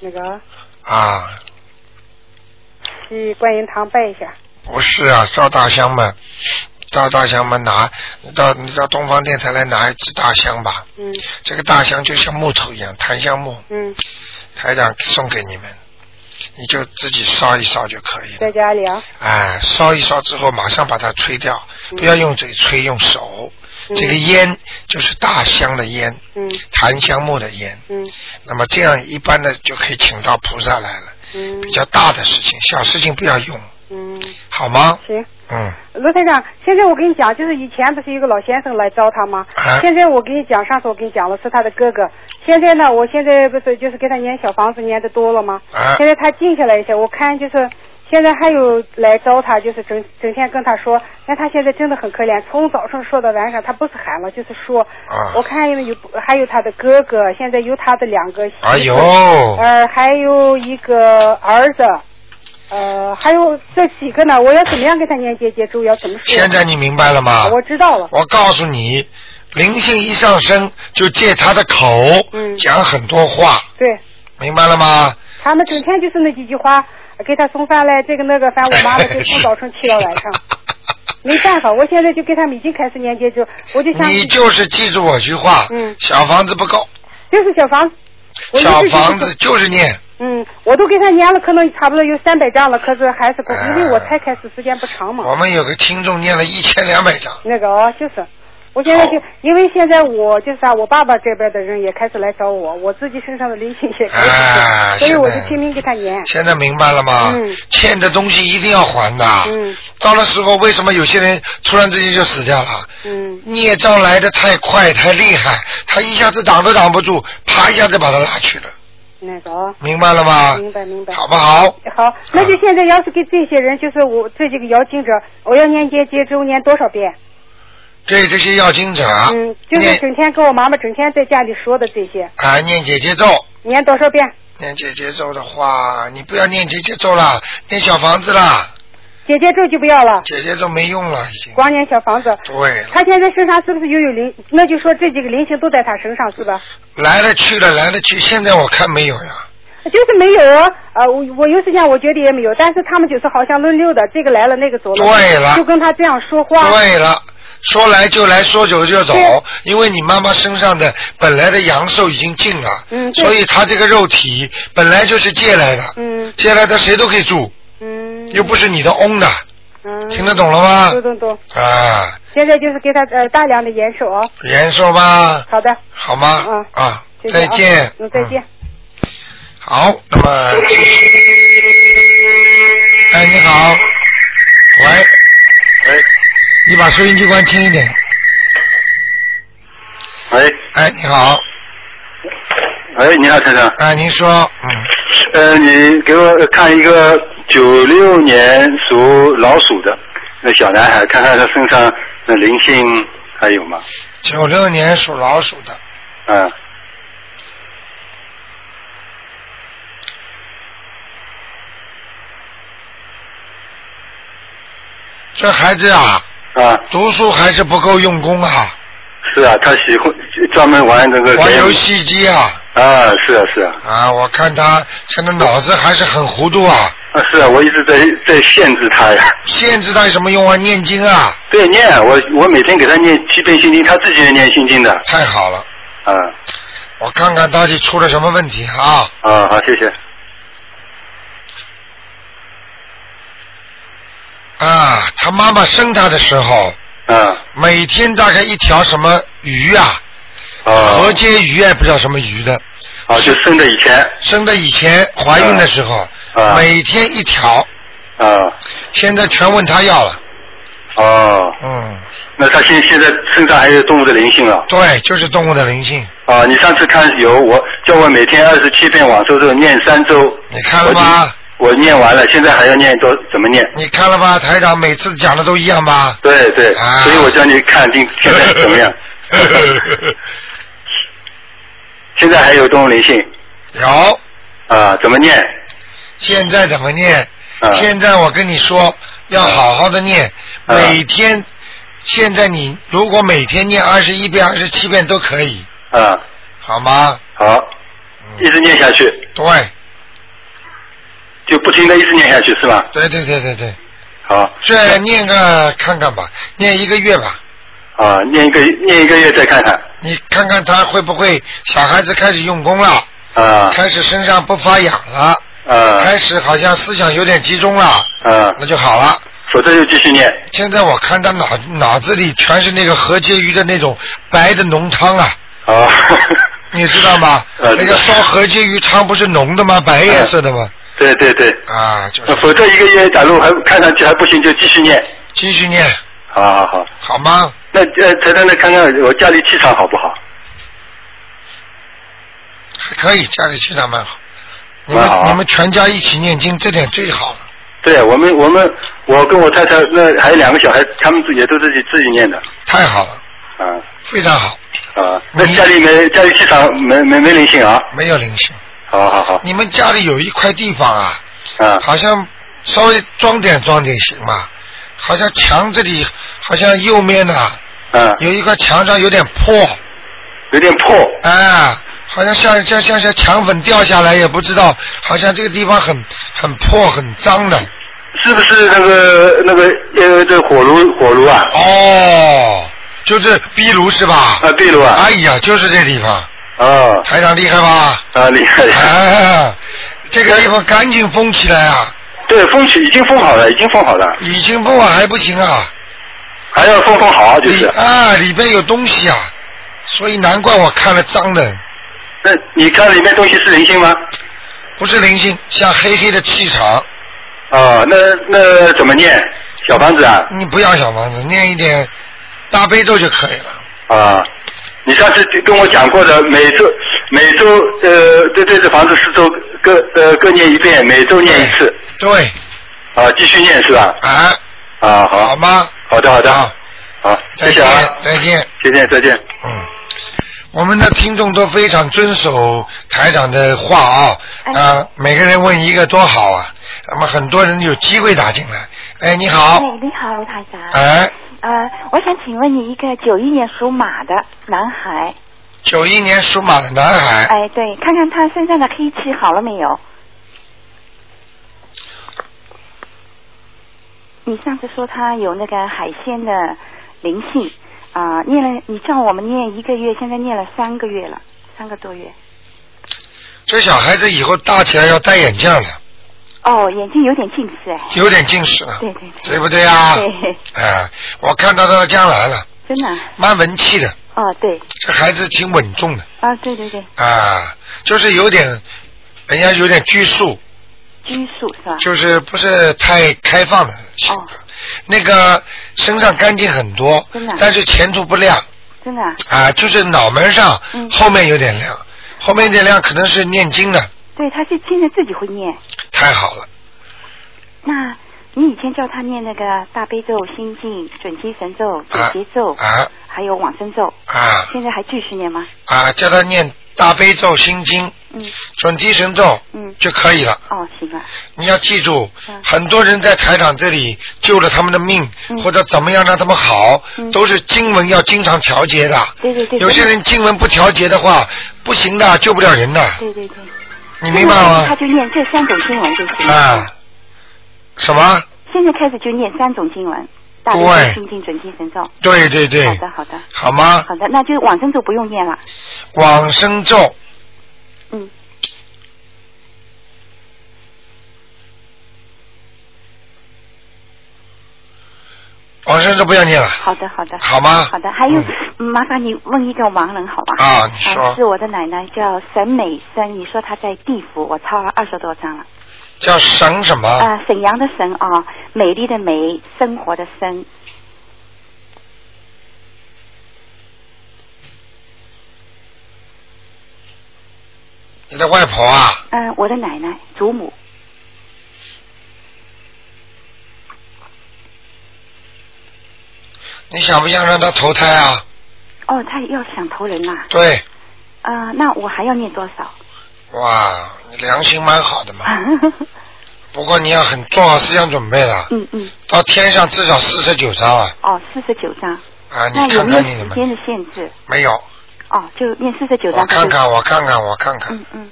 Speaker 7: 那个
Speaker 1: 啊，
Speaker 7: 去观音堂拜一下。
Speaker 1: 不是啊，烧大香嘛，烧大香嘛，拿到你到东方电台来拿一支大香吧，
Speaker 7: 嗯
Speaker 1: 这个大香就像木头一样，檀香木，
Speaker 7: 嗯，
Speaker 1: 台长送给你们，你就自己烧一烧就可以了。
Speaker 7: 在家里啊。
Speaker 1: 哎，烧一烧之后，马上把它吹掉，
Speaker 7: 嗯
Speaker 1: 不要用嘴吹，用手。
Speaker 7: 嗯
Speaker 1: 这个烟就是大香的烟，
Speaker 7: 嗯
Speaker 1: 檀香木的烟。
Speaker 7: 嗯
Speaker 1: 那么这样一般的就可以请到菩萨来了。
Speaker 7: 嗯
Speaker 1: 比较大的事情，小事情不要用，
Speaker 7: 嗯，
Speaker 1: 好吗？
Speaker 7: 行。
Speaker 1: 嗯，
Speaker 7: 罗台长，现在我跟你讲，就是以前不是有个老先生来招他吗？
Speaker 1: 啊
Speaker 7: 现在我跟你讲，上次我跟你讲了是他的哥哥。现在呢，我现在不是就是给他念小房子念的多了吗？
Speaker 1: 啊
Speaker 7: 现在他静下来一些，我看就是现在还有来招他，就是整整天跟他说，那他现在真的很可怜，从早上说到晚上，他不是喊了就是说。
Speaker 1: 啊
Speaker 7: 我看有有还有他的哥哥，现在有他的两个媳妇。
Speaker 1: 哎呦，
Speaker 7: 呃，还有一个儿子，呃，还有这几个呢，我要怎么样给他念姐姐咒？要怎么说？
Speaker 1: 现在你明白了吗？
Speaker 7: 我知道了。
Speaker 1: 我告诉你，灵性一上升就借他的口、
Speaker 7: 嗯
Speaker 1: 讲很多话，
Speaker 7: 对
Speaker 1: 明白了吗？
Speaker 7: 他们整天就是那几句话，给他送饭来，这个那个，反正我妈妈就从早晨气到 晚上，没办法，我现在就给他们已经开始念姐咒，我就想
Speaker 1: 你就是记住我句话，
Speaker 7: 嗯
Speaker 1: 小房子不够，
Speaker 7: 就是小房子，我一直
Speaker 1: 小
Speaker 7: 就是
Speaker 1: 房子就是念，
Speaker 7: 嗯，我都给他念了，可能差不多有三百张了，可是还是不，
Speaker 1: 哎
Speaker 7: 因为我才开始时间不长嘛。
Speaker 1: 我们有个听众念了一千两百张，
Speaker 7: 那个哦，就是，我现在就因为现在我就是啥、我爸爸这边的人也开始来找我，我自己身上的灵性也开始，
Speaker 1: 哎
Speaker 7: 所以我
Speaker 1: 现在
Speaker 7: 就拼命给他念。
Speaker 1: 现在明白了吗？
Speaker 7: 嗯
Speaker 1: 欠的东西一定要还的。
Speaker 7: 嗯
Speaker 1: 到了时候，为什么有些人突然之间就死掉了？
Speaker 7: 嗯
Speaker 1: 孽障来的太快太厉害，他一下子挡都挡不住，啪一下子把他拉去了，
Speaker 7: 那个哦，
Speaker 1: 明白了吗？
Speaker 7: 明白明白。
Speaker 1: 好不好？
Speaker 7: 好，那就现在要是给这些人，就是我这几个邀请者，我要念接接周念多少遍？
Speaker 1: 对这些要经者，
Speaker 7: 嗯，就是
Speaker 1: 啊念
Speaker 7: 整天跟我妈妈整天在家里说的这些，
Speaker 1: 啊念姐姐咒，
Speaker 7: 念多少遍？
Speaker 1: 念姐姐咒的话，你不要念姐姐咒了，念小房子啦，
Speaker 7: 姐姐咒就不要了，
Speaker 1: 姐姐咒没用了已经。
Speaker 7: 光念小房子。
Speaker 1: 对了，
Speaker 7: 他现在身上是不是又有灵？那就说这几个灵性都在他身上是吧？
Speaker 1: 来了去了，来了去，现在我看没有呀。
Speaker 7: 就是没有啊，呃，我我有时间我觉得也没有，但是他们就是好像轮流的，这个来了那个走了，
Speaker 1: 对了
Speaker 7: 就跟他这样说话，
Speaker 1: 对了，说来就来，说走就走
Speaker 7: 对，
Speaker 1: 因为你妈妈身上的本来的阳寿已经尽了，
Speaker 7: 嗯对
Speaker 1: 所以她这个肉体本来就是借来的，
Speaker 7: 嗯
Speaker 1: 借来的谁都可以住，
Speaker 7: 嗯，
Speaker 1: 又不是你的翁的，
Speaker 7: 嗯，
Speaker 1: 听得懂了吗
Speaker 7: 懂？懂懂，
Speaker 1: 啊，
Speaker 7: 现在就是给他呃大量的延寿啊，
Speaker 1: 延寿吧，
Speaker 7: 好的，
Speaker 1: 好吗？
Speaker 7: 嗯
Speaker 1: 啊，
Speaker 7: 谢谢
Speaker 1: 再
Speaker 7: 啊
Speaker 1: 见，
Speaker 7: 嗯，再见。
Speaker 1: 好，那么，哎，你好，喂，
Speaker 8: 喂
Speaker 1: 你把收音机关轻一点。
Speaker 8: 喂
Speaker 1: 哎，你好，
Speaker 8: 喂，你好，先生，
Speaker 1: 哎，您说，嗯，
Speaker 8: 呃，你给我看一个九六年属老鼠的那小男孩，看看他身上的灵性还有吗？
Speaker 1: 九六年属老鼠的，
Speaker 2: 啊
Speaker 8: 嗯，
Speaker 1: 这孩子啊，
Speaker 8: 啊，
Speaker 1: 读书还是不够用功啊，
Speaker 8: 是啊，他喜欢专门玩这个
Speaker 1: 玩
Speaker 8: game
Speaker 1: 游戏机啊，
Speaker 8: 啊，是啊，是啊，
Speaker 1: 啊，我看他现在脑子还是很糊涂啊，
Speaker 8: 啊，是啊，我一直在在限制他呀。
Speaker 1: 限制他有什么用啊？念经啊，
Speaker 8: 对，念我我每天给他念七遍心经，他自己也念心经的。
Speaker 1: 太好了，
Speaker 8: 啊
Speaker 1: 我看看到底出了什么问题啊？
Speaker 8: 啊，好，谢谢。
Speaker 1: 啊，他妈妈生他的时候，
Speaker 8: 啊
Speaker 1: 每天大概一条什么鱼啊，
Speaker 8: 啊
Speaker 1: 啊河街鱼也不知道什么鱼的，
Speaker 8: 啊，就生的以前
Speaker 1: 生的以前怀孕的时候，
Speaker 8: 啊
Speaker 1: 每天一条，
Speaker 8: 啊，
Speaker 1: 现在全问他要了。
Speaker 8: 哦，
Speaker 1: 嗯，
Speaker 8: 那他现现在身上还有动物的灵性啊。
Speaker 1: 对，就是动物的灵性，
Speaker 8: 啊，你上次看有我叫我每天二十七遍往生咒念三周，
Speaker 1: 你看了吧？
Speaker 8: 我念完了，现在还要念多怎么念？
Speaker 1: 你看了吧？台长每次讲的都一样吧？
Speaker 8: 对对，
Speaker 1: 啊
Speaker 8: 所以我叫你看定现在怎么样？现在还有动物灵性
Speaker 1: 有，
Speaker 8: 啊？怎么念？
Speaker 1: 现在怎么念？
Speaker 8: 啊
Speaker 1: 现在我跟你说，要好好的念，
Speaker 8: 啊
Speaker 1: 每天。现在你如果每天念二十一遍、二十七遍都可以，
Speaker 8: 啊，
Speaker 1: 好吗？嗯
Speaker 8: 好，一直念下去，
Speaker 1: 对，
Speaker 8: 就不停的一直念下去是吧？
Speaker 1: 对对对对对，
Speaker 8: 好
Speaker 1: 这念个看看吧，念一个月吧，
Speaker 8: 啊，念一个念一个月再看看
Speaker 1: 你看看他会不会小孩子开始用功了，
Speaker 8: 啊
Speaker 1: 开始身上不发痒了，
Speaker 8: 啊
Speaker 1: 开始好像思想有点集中了，
Speaker 8: 啊，
Speaker 1: 那就好了。
Speaker 8: 否则就继续念
Speaker 1: 现在我看他脑脑子里全是那个河鲫鱼的那种白的浓汤啊，
Speaker 8: 啊。
Speaker 1: 你知道吗？
Speaker 8: 呃
Speaker 1: 那个烧河鲫鱼汤不是浓的吗？白颜色的吗？
Speaker 8: 对对对，
Speaker 1: 啊，就是
Speaker 8: 否则一个月假如还看上去还不行，就继续念。
Speaker 1: 继续念
Speaker 8: 好好好，
Speaker 1: 好吗？
Speaker 8: 那呃，才能来看看我家里气场好不好？
Speaker 1: 还可以，家里气场蛮好。你们
Speaker 8: 蛮好啊
Speaker 1: 你们全家一起念经，这点最好了。
Speaker 8: 对我们，我们，我跟我太太，那还有两个小孩，他们自己也都自己自己念的，
Speaker 1: 太好了，
Speaker 8: 啊
Speaker 1: 非常好，
Speaker 8: 啊。那
Speaker 1: 你
Speaker 8: 家里没家里气场没没没灵性啊？
Speaker 1: 没有灵性。
Speaker 8: 好好好，
Speaker 1: 你们家里有一块地方啊，
Speaker 8: 啊
Speaker 1: 好像稍微装点装点行吗？好像墙这里，好像右面呐、
Speaker 8: 啊，
Speaker 1: 有一块墙上有点破，
Speaker 8: 有点破
Speaker 1: 啊，好像像像像像墙粉掉下来，也不知道，好像这个地方很很破很脏的。
Speaker 8: 是不是那个那个呃这火炉火炉啊？
Speaker 1: 哦，就是壁炉是吧？
Speaker 8: 啊，对炉啊
Speaker 1: 哎，呀，就是这地方，
Speaker 8: 啊
Speaker 1: 台长厉害吧？
Speaker 8: 啊，厉害厉害，
Speaker 1: 啊，这个地方赶紧封起来啊！
Speaker 8: 对，封起已经封好了，已经封好了，
Speaker 1: 已经封了还不行啊，
Speaker 8: 还要封封好就
Speaker 1: 里
Speaker 8: 是。
Speaker 1: 啊里边有东西啊，所以难怪我看了脏的，
Speaker 8: 那你看里面东西是灵性吗？
Speaker 1: 不是灵性，像黑黑的气场。
Speaker 8: 啊，那那怎么念？小房子啊？
Speaker 1: 你不要小房子，念一点大悲咒就可以了。
Speaker 8: 啊，你上次跟我讲过的，每周每周呃，对对，这房子四周各呃各念一遍，每周念一次
Speaker 1: 对，
Speaker 8: 啊，继续念是吧？
Speaker 1: 啊，
Speaker 8: 啊，好，
Speaker 1: 好吗？
Speaker 8: 好的好的，
Speaker 1: 好，
Speaker 8: 好，谢谢
Speaker 1: 再见
Speaker 8: 啊，，
Speaker 1: 再见。
Speaker 8: 再见再见，
Speaker 1: 嗯，我们的听众都非常遵守台长的话啊、
Speaker 9: 哎
Speaker 1: 啊，每个人问一个多好啊。那么很多人有机会打进来。哎，你好，
Speaker 9: 哎，你好，卢台长。
Speaker 1: 哎，
Speaker 9: 呃，我想请问你一个九一年属马的男孩，
Speaker 1: 九一年属马的男孩，
Speaker 9: 哎，对，看看他身上的黑气好了没有？你上次说他有那个海鲜的灵性啊、念了，你叫我们念一个月，现在念了三个月了，三个多月。
Speaker 1: 这小孩子以后大起来要戴眼镜了，
Speaker 9: 哦，眼睛有点近视哎。
Speaker 1: 有点近视了，
Speaker 9: 对对对。
Speaker 1: 对不对啊？
Speaker 9: 对，
Speaker 1: 哎，我看到他的将来了，
Speaker 9: 真的啊。
Speaker 1: 蛮文气的，
Speaker 9: 哦，对，
Speaker 1: 这孩子挺稳重的
Speaker 9: 啊，对对对，
Speaker 1: 啊，就是有点，人家有点拘束，
Speaker 9: 拘束是吧？
Speaker 1: 就是不是太开放的性格。那个身上干净很多
Speaker 9: 真的啊，
Speaker 1: 但是前途不亮
Speaker 9: 真的啊。
Speaker 1: 啊，就是脑门上、
Speaker 9: 嗯
Speaker 1: 后面有点亮，后面有点亮可能是念经的，
Speaker 9: 对，他是现在自己会念。
Speaker 1: 太好了，
Speaker 9: 那你以前叫他念那个大悲咒、心经、准提神咒、解
Speaker 1: 啊
Speaker 9: 结咒，
Speaker 1: 啊
Speaker 9: 还有往生咒，
Speaker 1: 啊
Speaker 9: 现在还继续念吗？
Speaker 1: 啊，叫他念大悲咒心经、
Speaker 9: 嗯
Speaker 1: 准提神咒
Speaker 9: 嗯，
Speaker 1: 就可以了。
Speaker 9: 哦，行啊，
Speaker 1: 你要记住
Speaker 9: 嗯，
Speaker 1: 很多人在台长这里救了他们的命，
Speaker 9: 嗯
Speaker 1: 或者怎么样让他们好，
Speaker 9: 嗯
Speaker 1: 都是经文要经常调节的。
Speaker 9: 对对对，
Speaker 1: 有些人经文不调节的话，不行的，救不了人的。
Speaker 9: 对对对，
Speaker 1: 哎你明白吗
Speaker 9: 他？就念这三种经文就行了。
Speaker 1: 啊，什么？
Speaker 9: 现在开始就念三种经文，大悲
Speaker 1: 对
Speaker 9: 咒、心经、准提神咒。
Speaker 1: 对对对
Speaker 9: 好，的，好的，
Speaker 1: 好吗？
Speaker 9: 好的，那就往生咒不用念了。
Speaker 1: 往生咒，
Speaker 9: 嗯，
Speaker 1: 往生咒不要念了。
Speaker 9: 好的，好的。
Speaker 1: 好吗
Speaker 9: 好的，还有、嗯麻烦你问一个盲人好吧？
Speaker 1: 啊你说
Speaker 9: 呃是我的奶奶叫沈美珍，你说她在地府，我抄了二十多张了。
Speaker 1: 叫省什么？
Speaker 9: 啊、沈阳的沈啊、美丽的美，生活的生，
Speaker 1: 你的外婆啊，
Speaker 9: 嗯、我的奶奶，祖母，
Speaker 1: 你想不想让她投胎啊？
Speaker 9: 哦，她要想投人啦、
Speaker 1: 对，
Speaker 9: 啊，那我还要念多少？
Speaker 1: 哇，你良心蛮好的嘛。不过你要很做好思想准备了，
Speaker 9: 嗯嗯，
Speaker 1: 到天上至少四十九章啊
Speaker 9: 哦，四十九张。
Speaker 1: 啊！你
Speaker 9: 那有
Speaker 1: 看
Speaker 9: 没有
Speaker 1: 看你
Speaker 9: 时
Speaker 1: 怎么
Speaker 9: 间的限制？
Speaker 1: 没有？
Speaker 9: 哦，就念四十九张。
Speaker 1: 我看看，我看看，我看看。
Speaker 9: 嗯嗯。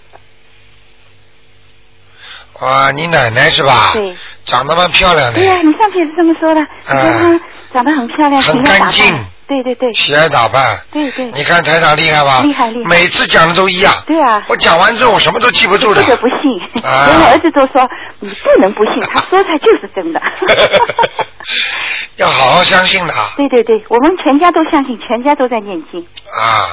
Speaker 1: 哇，你奶奶是吧？
Speaker 9: 对。哎
Speaker 1: 长得蛮漂亮的啊
Speaker 9: 对，呀、你上次也是这么说的，你说她长得很漂亮，
Speaker 1: 哎很
Speaker 9: 勤快打
Speaker 1: 干净
Speaker 9: 扮。对对对。
Speaker 1: 喜爱打扮。
Speaker 9: 对对。
Speaker 1: 你看台长厉害吧？
Speaker 9: 厉害厉害。
Speaker 1: 每次讲的都一样。
Speaker 9: 对啊。
Speaker 1: 我讲完之后，我什么都记不住的
Speaker 9: 这。个不信，
Speaker 1: 啊
Speaker 9: 连我儿子都说你不能不信，他说出来就是真的。
Speaker 1: 要好好相信的
Speaker 9: 对对对，我们全家都相信，全家都在念经。
Speaker 1: 啊，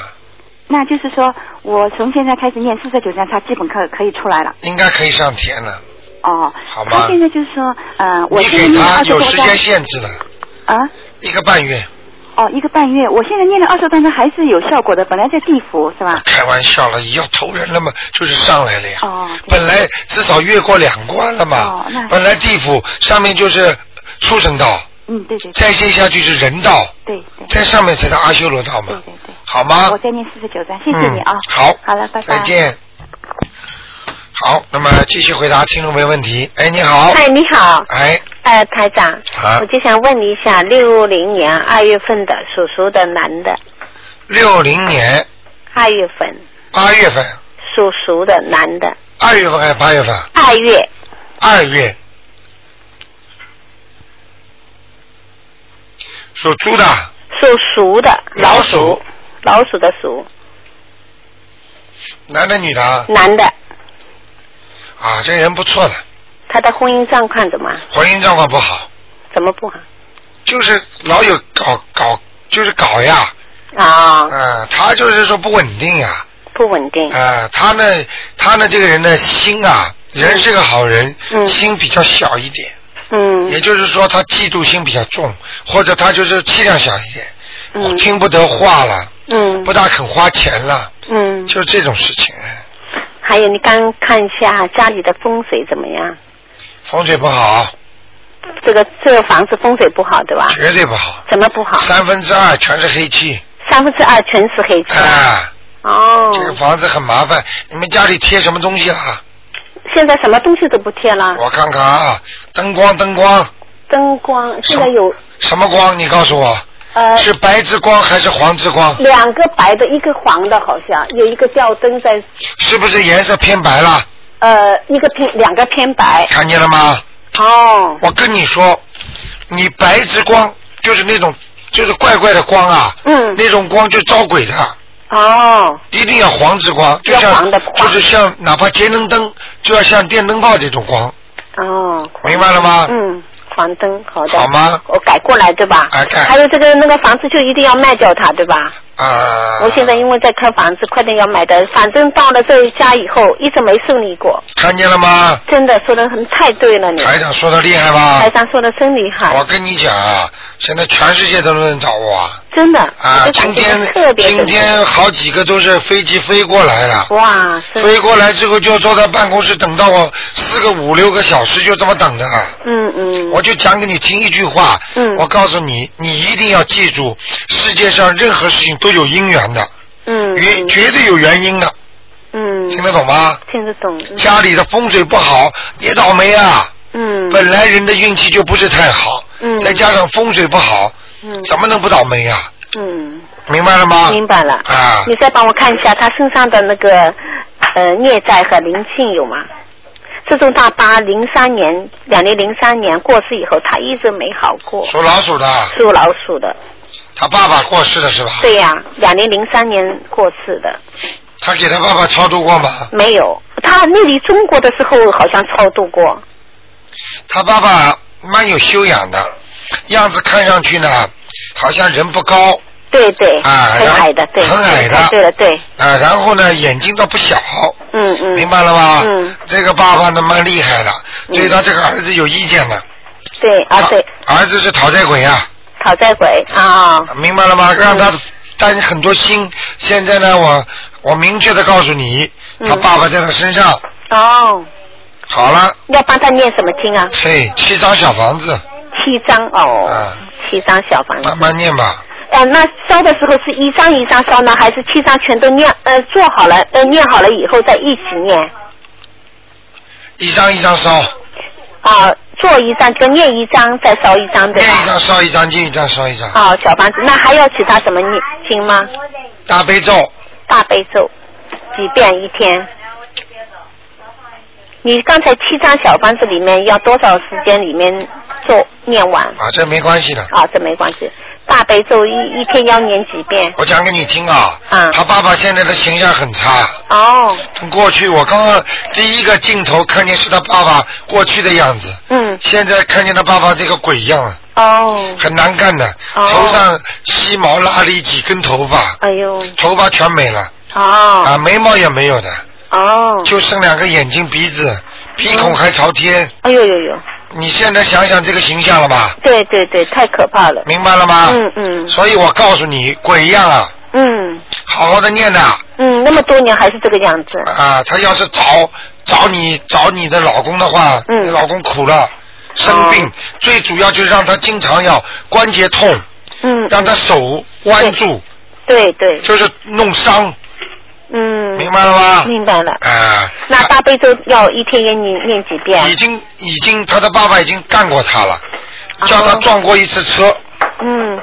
Speaker 9: 那就是说，我从现在开始念四十九章，他基本可可以出来了。
Speaker 1: 应该可以上天了。
Speaker 9: 哦，
Speaker 1: 好吗
Speaker 9: 他现在就是说，呃，我
Speaker 1: 你
Speaker 9: 现在
Speaker 1: 给
Speaker 9: 念
Speaker 1: 他
Speaker 9: 二十
Speaker 1: 有
Speaker 9: 多
Speaker 1: 时
Speaker 9: 章
Speaker 1: 间限制的，
Speaker 9: 啊，
Speaker 1: 一个半月。
Speaker 9: 哦，一个半月，我现在念了二十多章还是有效果的，本来在地府是吧？
Speaker 1: 开玩笑了，要投人了嘛，就是上来了呀。
Speaker 9: 哦，
Speaker 1: 本来至少越过两关了嘛。
Speaker 9: 那
Speaker 1: 本来地府上面就是畜生道，
Speaker 9: 嗯，对对对
Speaker 1: 再接下去是人道，
Speaker 9: 对对，
Speaker 1: 在上面才到阿修罗道嘛。
Speaker 9: 对对
Speaker 1: 好吗？
Speaker 9: 我再念四十九章，谢谢你啊
Speaker 1: 嗯。好
Speaker 9: 好了，拜拜。
Speaker 1: 再见。好，那么继续回答听众没问题。哎，你好。
Speaker 10: 嗨，你好，
Speaker 1: 哎，
Speaker 10: 呃，台长，
Speaker 1: 啊
Speaker 10: 我就想问一下，六零年二月份的属鼠的男的，
Speaker 1: 六零年
Speaker 10: 二月份
Speaker 1: 八月份，
Speaker 10: 属鼠的男的，
Speaker 1: 二月份还是八月份？
Speaker 10: 二月
Speaker 1: 二月。属猪的，
Speaker 10: 属鼠的
Speaker 1: 老
Speaker 10: 老鼠，老鼠的鼠，
Speaker 1: 男的女的啊？
Speaker 10: 男的，
Speaker 1: 啊，这人不错的，
Speaker 10: 他的婚姻状况怎么？
Speaker 1: 婚姻状况不好，
Speaker 10: 怎么不好？
Speaker 1: 就是老有搞搞，就是搞呀。
Speaker 10: 啊、
Speaker 1: 啊，他就是说不稳定呀。
Speaker 10: 不稳定。
Speaker 1: 啊，他呢，他呢，这个人呢，心啊，人是个好人，心比较小一点。
Speaker 10: 嗯。
Speaker 1: 也就是说，他嫉妒心比较重，或者他就是气量小一点，听不得话了，
Speaker 10: 嗯
Speaker 1: 不大肯花钱了，
Speaker 10: 嗯，
Speaker 1: 就这种事情，
Speaker 10: 还有你刚看一下家里的风水怎么样？
Speaker 1: 风水不好，
Speaker 10: 这个这个房子风水不好对吧？
Speaker 1: 绝对不好，
Speaker 10: 怎么不好？
Speaker 1: 三分之二全是黑气。
Speaker 10: 三分之二全是黑气。
Speaker 1: 啊。
Speaker 10: 哦。
Speaker 1: 这个房子很麻烦，你们家里贴什么东西啊？
Speaker 10: 现在什么东西都不贴了，
Speaker 1: 我看看啊，灯光灯光
Speaker 10: 灯光现在有
Speaker 1: 什么光？你告诉我，
Speaker 10: 呃
Speaker 1: 是白之光还是黄之光？
Speaker 10: 两个白的，一个黄的，好像有一个吊灯在
Speaker 1: 是不是颜色偏白了？
Speaker 10: 呃一个偏两个偏白。
Speaker 1: 看见了吗？
Speaker 10: 哦。
Speaker 1: 我跟你说，你白之光就是那种就是怪怪的光啊，
Speaker 10: 嗯，
Speaker 1: 那种光就招鬼的。
Speaker 10: 哦。
Speaker 1: 一定要黄之光，就像
Speaker 10: 要黄的
Speaker 1: 就是像哪怕节能灯，就要像电灯泡这种光。
Speaker 10: 哦。
Speaker 1: 明白了吗
Speaker 10: 嗯，黄灯好的。
Speaker 1: 好吗？
Speaker 10: 我改过来对吧？
Speaker 1: 哎改
Speaker 10: 还有这个那个房子就一定要卖掉它对吧？
Speaker 1: 啊、
Speaker 10: 我现在因为在看房子，快点要买的，反正到了这一家以后，一直没顺利过。
Speaker 1: 看见了吗？
Speaker 10: 真的说的很太对了你。
Speaker 1: 台长说的厉害吧？
Speaker 10: 台长说的真厉害。
Speaker 1: 我跟你讲啊，现在全世界都能找我啊！
Speaker 10: 真的，
Speaker 1: 啊，
Speaker 10: 我就
Speaker 1: 今
Speaker 10: 感觉
Speaker 1: 天
Speaker 10: 特别
Speaker 1: 今天好几个都是飞机飞过来了，
Speaker 10: 哇，真
Speaker 1: 飞过来之后就坐在办公室等到我四个五六个小时，就这么等的。
Speaker 10: 嗯嗯，
Speaker 1: 我就讲给你听一句话，
Speaker 10: 嗯
Speaker 1: 我告诉你，你一定要记住，世界上任何事情都有因缘的，
Speaker 10: 嗯
Speaker 1: 原绝对有原因的，
Speaker 10: 嗯，
Speaker 1: 听得懂吗？
Speaker 10: 听得懂，嗯
Speaker 1: 家里的风水不好也倒霉啊，
Speaker 10: 嗯，
Speaker 1: 本来人的运气就不是太好，
Speaker 10: 嗯
Speaker 1: 再加上风水不好，
Speaker 10: 嗯
Speaker 1: 怎么能不倒霉啊？
Speaker 10: 嗯，
Speaker 1: 明白了吗？
Speaker 10: 明白了
Speaker 1: 啊
Speaker 10: 你再帮我看一下他身上的那个呃孽债和灵性有吗？这种大巴零三年，两零零三年过世以后，他一直没好过。
Speaker 1: 属老啊鼠的，
Speaker 10: 属老鼠的，
Speaker 1: 他爸爸过世了是吧？
Speaker 10: 对呀、两零零三年过世的，
Speaker 1: 他给他爸爸超度过吗？
Speaker 10: 没有。他那里中国的时候好像超度过，
Speaker 1: 他爸爸蛮有修养的，样子看上去呢，好像人不高
Speaker 10: 对对，
Speaker 1: 啊，
Speaker 10: 很
Speaker 1: 然后
Speaker 10: 矮的，对，
Speaker 1: 很矮的，
Speaker 10: 对了对，
Speaker 1: 啊，然后呢，眼睛倒不小，
Speaker 10: 嗯嗯，
Speaker 1: 明白了吧？
Speaker 10: 嗯，
Speaker 1: 这个爸爸呢蛮厉害的，对他这个儿子有意见的，
Speaker 10: 对啊对，
Speaker 1: 儿子是讨债鬼啊呀、
Speaker 10: 讨债鬼啊，
Speaker 1: 明白了吗？让他担很多心。现在呢，我我明确的告诉你，
Speaker 10: 嗯
Speaker 1: 他爸爸在他身上。
Speaker 10: 哦，
Speaker 1: 好了，
Speaker 10: 要帮他念什么经啊？
Speaker 1: 嘿，七张小房子，
Speaker 10: 七张哦，七张小房子。
Speaker 1: 慢慢啊念吧。
Speaker 10: 呃，那烧的时候是一张一张烧呢，还是七张全都念呃做好了呃念好了以后再一起念
Speaker 1: 一张一张烧，
Speaker 10: 啊、做一张就念一张再烧一张对吧？
Speaker 1: 一张烧一张，进一张烧一张。
Speaker 10: 哦，小房子，那还要其他什么念经吗？
Speaker 1: 大悲咒啊
Speaker 10: 大悲咒几遍一天？你刚才七张小房子里面要多少时间里面做念完？
Speaker 1: 啊，这没关系的。
Speaker 10: 啊，这没关系。大悲咒一一天要念几遍？
Speaker 1: 我讲给你听啊，他爸爸现在的形象很差。
Speaker 10: 哦。
Speaker 1: 过去我刚刚第一个镜头看见是他爸爸过去的样子。
Speaker 10: 嗯。
Speaker 1: 现在看见他爸爸这个鬼样了。
Speaker 10: 哦。
Speaker 1: 很难看的，
Speaker 10: 哦
Speaker 1: 头上鸡毛拉了一几根头发，
Speaker 10: 哎呦，
Speaker 1: 头发全没了，
Speaker 10: 哦
Speaker 1: 啊，眉毛也没有的，
Speaker 10: 哦，
Speaker 1: 就剩两个眼睛、鼻子，鼻孔还朝天。
Speaker 10: 哎呦呦呦，
Speaker 1: 你现在想想这个形象了吧？
Speaker 10: 对对对，太可怕了。
Speaker 1: 明白了吗？
Speaker 10: 嗯嗯
Speaker 1: 所以我告诉你，鬼样啊，
Speaker 10: 嗯
Speaker 1: 好好的念呐、
Speaker 10: 嗯，那么多年还是这个样子。
Speaker 1: 啊，他要是找找你找你的老公的话，你
Speaker 10: 嗯
Speaker 1: 老公苦了，生病，
Speaker 10: 哦
Speaker 1: 最主要就是让他经常要关节痛，
Speaker 10: 嗯，
Speaker 1: 让他手弯住，
Speaker 10: 对对，
Speaker 1: 就是弄伤
Speaker 10: 嗯，
Speaker 1: 明白了吗
Speaker 10: 明白了。
Speaker 1: 啊。
Speaker 10: 那大悲咒要一天也念念几遍？
Speaker 1: 已经已经他的爸爸已经干过他了，
Speaker 10: 哦
Speaker 1: 叫他撞过一次车，
Speaker 10: 嗯，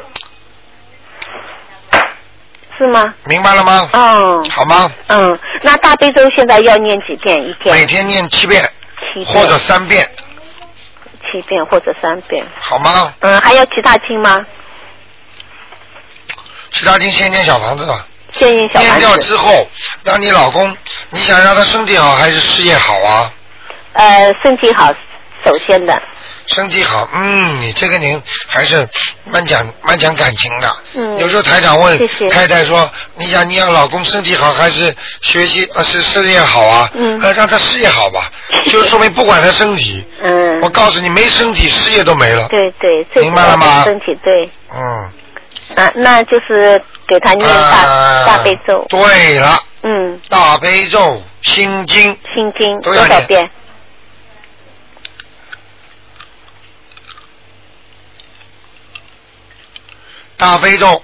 Speaker 10: 是吗？
Speaker 1: 明白了吗？
Speaker 10: 嗯，
Speaker 1: 好吗？
Speaker 10: 嗯，那大悲咒现在要念几遍一天？
Speaker 1: 每天念七遍
Speaker 10: 七遍
Speaker 1: 或者三遍，
Speaker 10: 七遍或者三遍。
Speaker 1: 好吗？
Speaker 10: 嗯，还有其他经吗？
Speaker 1: 其他经先念小房子吧。
Speaker 10: 先念小
Speaker 1: 念
Speaker 10: 房
Speaker 1: 掉
Speaker 10: 子。
Speaker 1: 之后，让你老公，你想让他身体好还是事业好啊？
Speaker 10: 呃，身体好，首先的。
Speaker 1: 身体好，嗯，你这个人还是蛮讲蛮讲感情的。
Speaker 10: 嗯
Speaker 1: 有时候台长问
Speaker 10: 谢谢
Speaker 1: 太太说：“你想你要老公身体好还是学习呃是事业好啊？”
Speaker 10: 嗯
Speaker 1: 呃，让他事业好吧，就说明不管他身体。
Speaker 10: 嗯。
Speaker 1: 我告诉你，没身体事业都没了。
Speaker 10: 对对，最
Speaker 1: 明
Speaker 10: 主
Speaker 1: 白了
Speaker 10: 要
Speaker 1: 吗
Speaker 10: 是身体对。
Speaker 1: 嗯，
Speaker 10: 啊，那就是给他念大、
Speaker 1: 啊
Speaker 10: 大悲咒。
Speaker 1: 对了，
Speaker 10: 嗯，
Speaker 1: 大悲咒、心经
Speaker 10: 心经
Speaker 1: 都
Speaker 10: 多
Speaker 1: 要
Speaker 10: 少
Speaker 1: 念
Speaker 10: 遍？
Speaker 1: 大悲咒，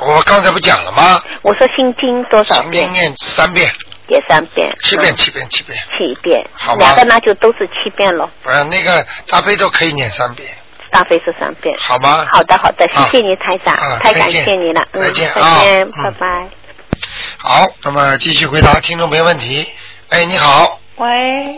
Speaker 1: 我刚才不讲了吗？
Speaker 10: 我说心经多少遍？
Speaker 1: 今念啊三遍，
Speaker 10: 也三遍。
Speaker 1: 七遍，
Speaker 10: 嗯
Speaker 1: 七遍，七遍。
Speaker 10: 七遍。
Speaker 1: 好吧
Speaker 10: 两个那就都是七遍了，
Speaker 1: 呃，那个大悲咒可以念三遍，
Speaker 10: 大悲是三遍。
Speaker 1: 好吗？
Speaker 10: 好的，好的，
Speaker 1: 啊
Speaker 10: 谢谢你台长，
Speaker 1: 啊
Speaker 10: 太
Speaker 1: 再
Speaker 10: 感
Speaker 1: 见
Speaker 10: 谢你了，嗯，
Speaker 1: 再
Speaker 10: 再
Speaker 1: 见啊嗯
Speaker 10: 拜拜。
Speaker 1: 好，那么继续回答听众朋友问题。哎，你好，
Speaker 11: 喂，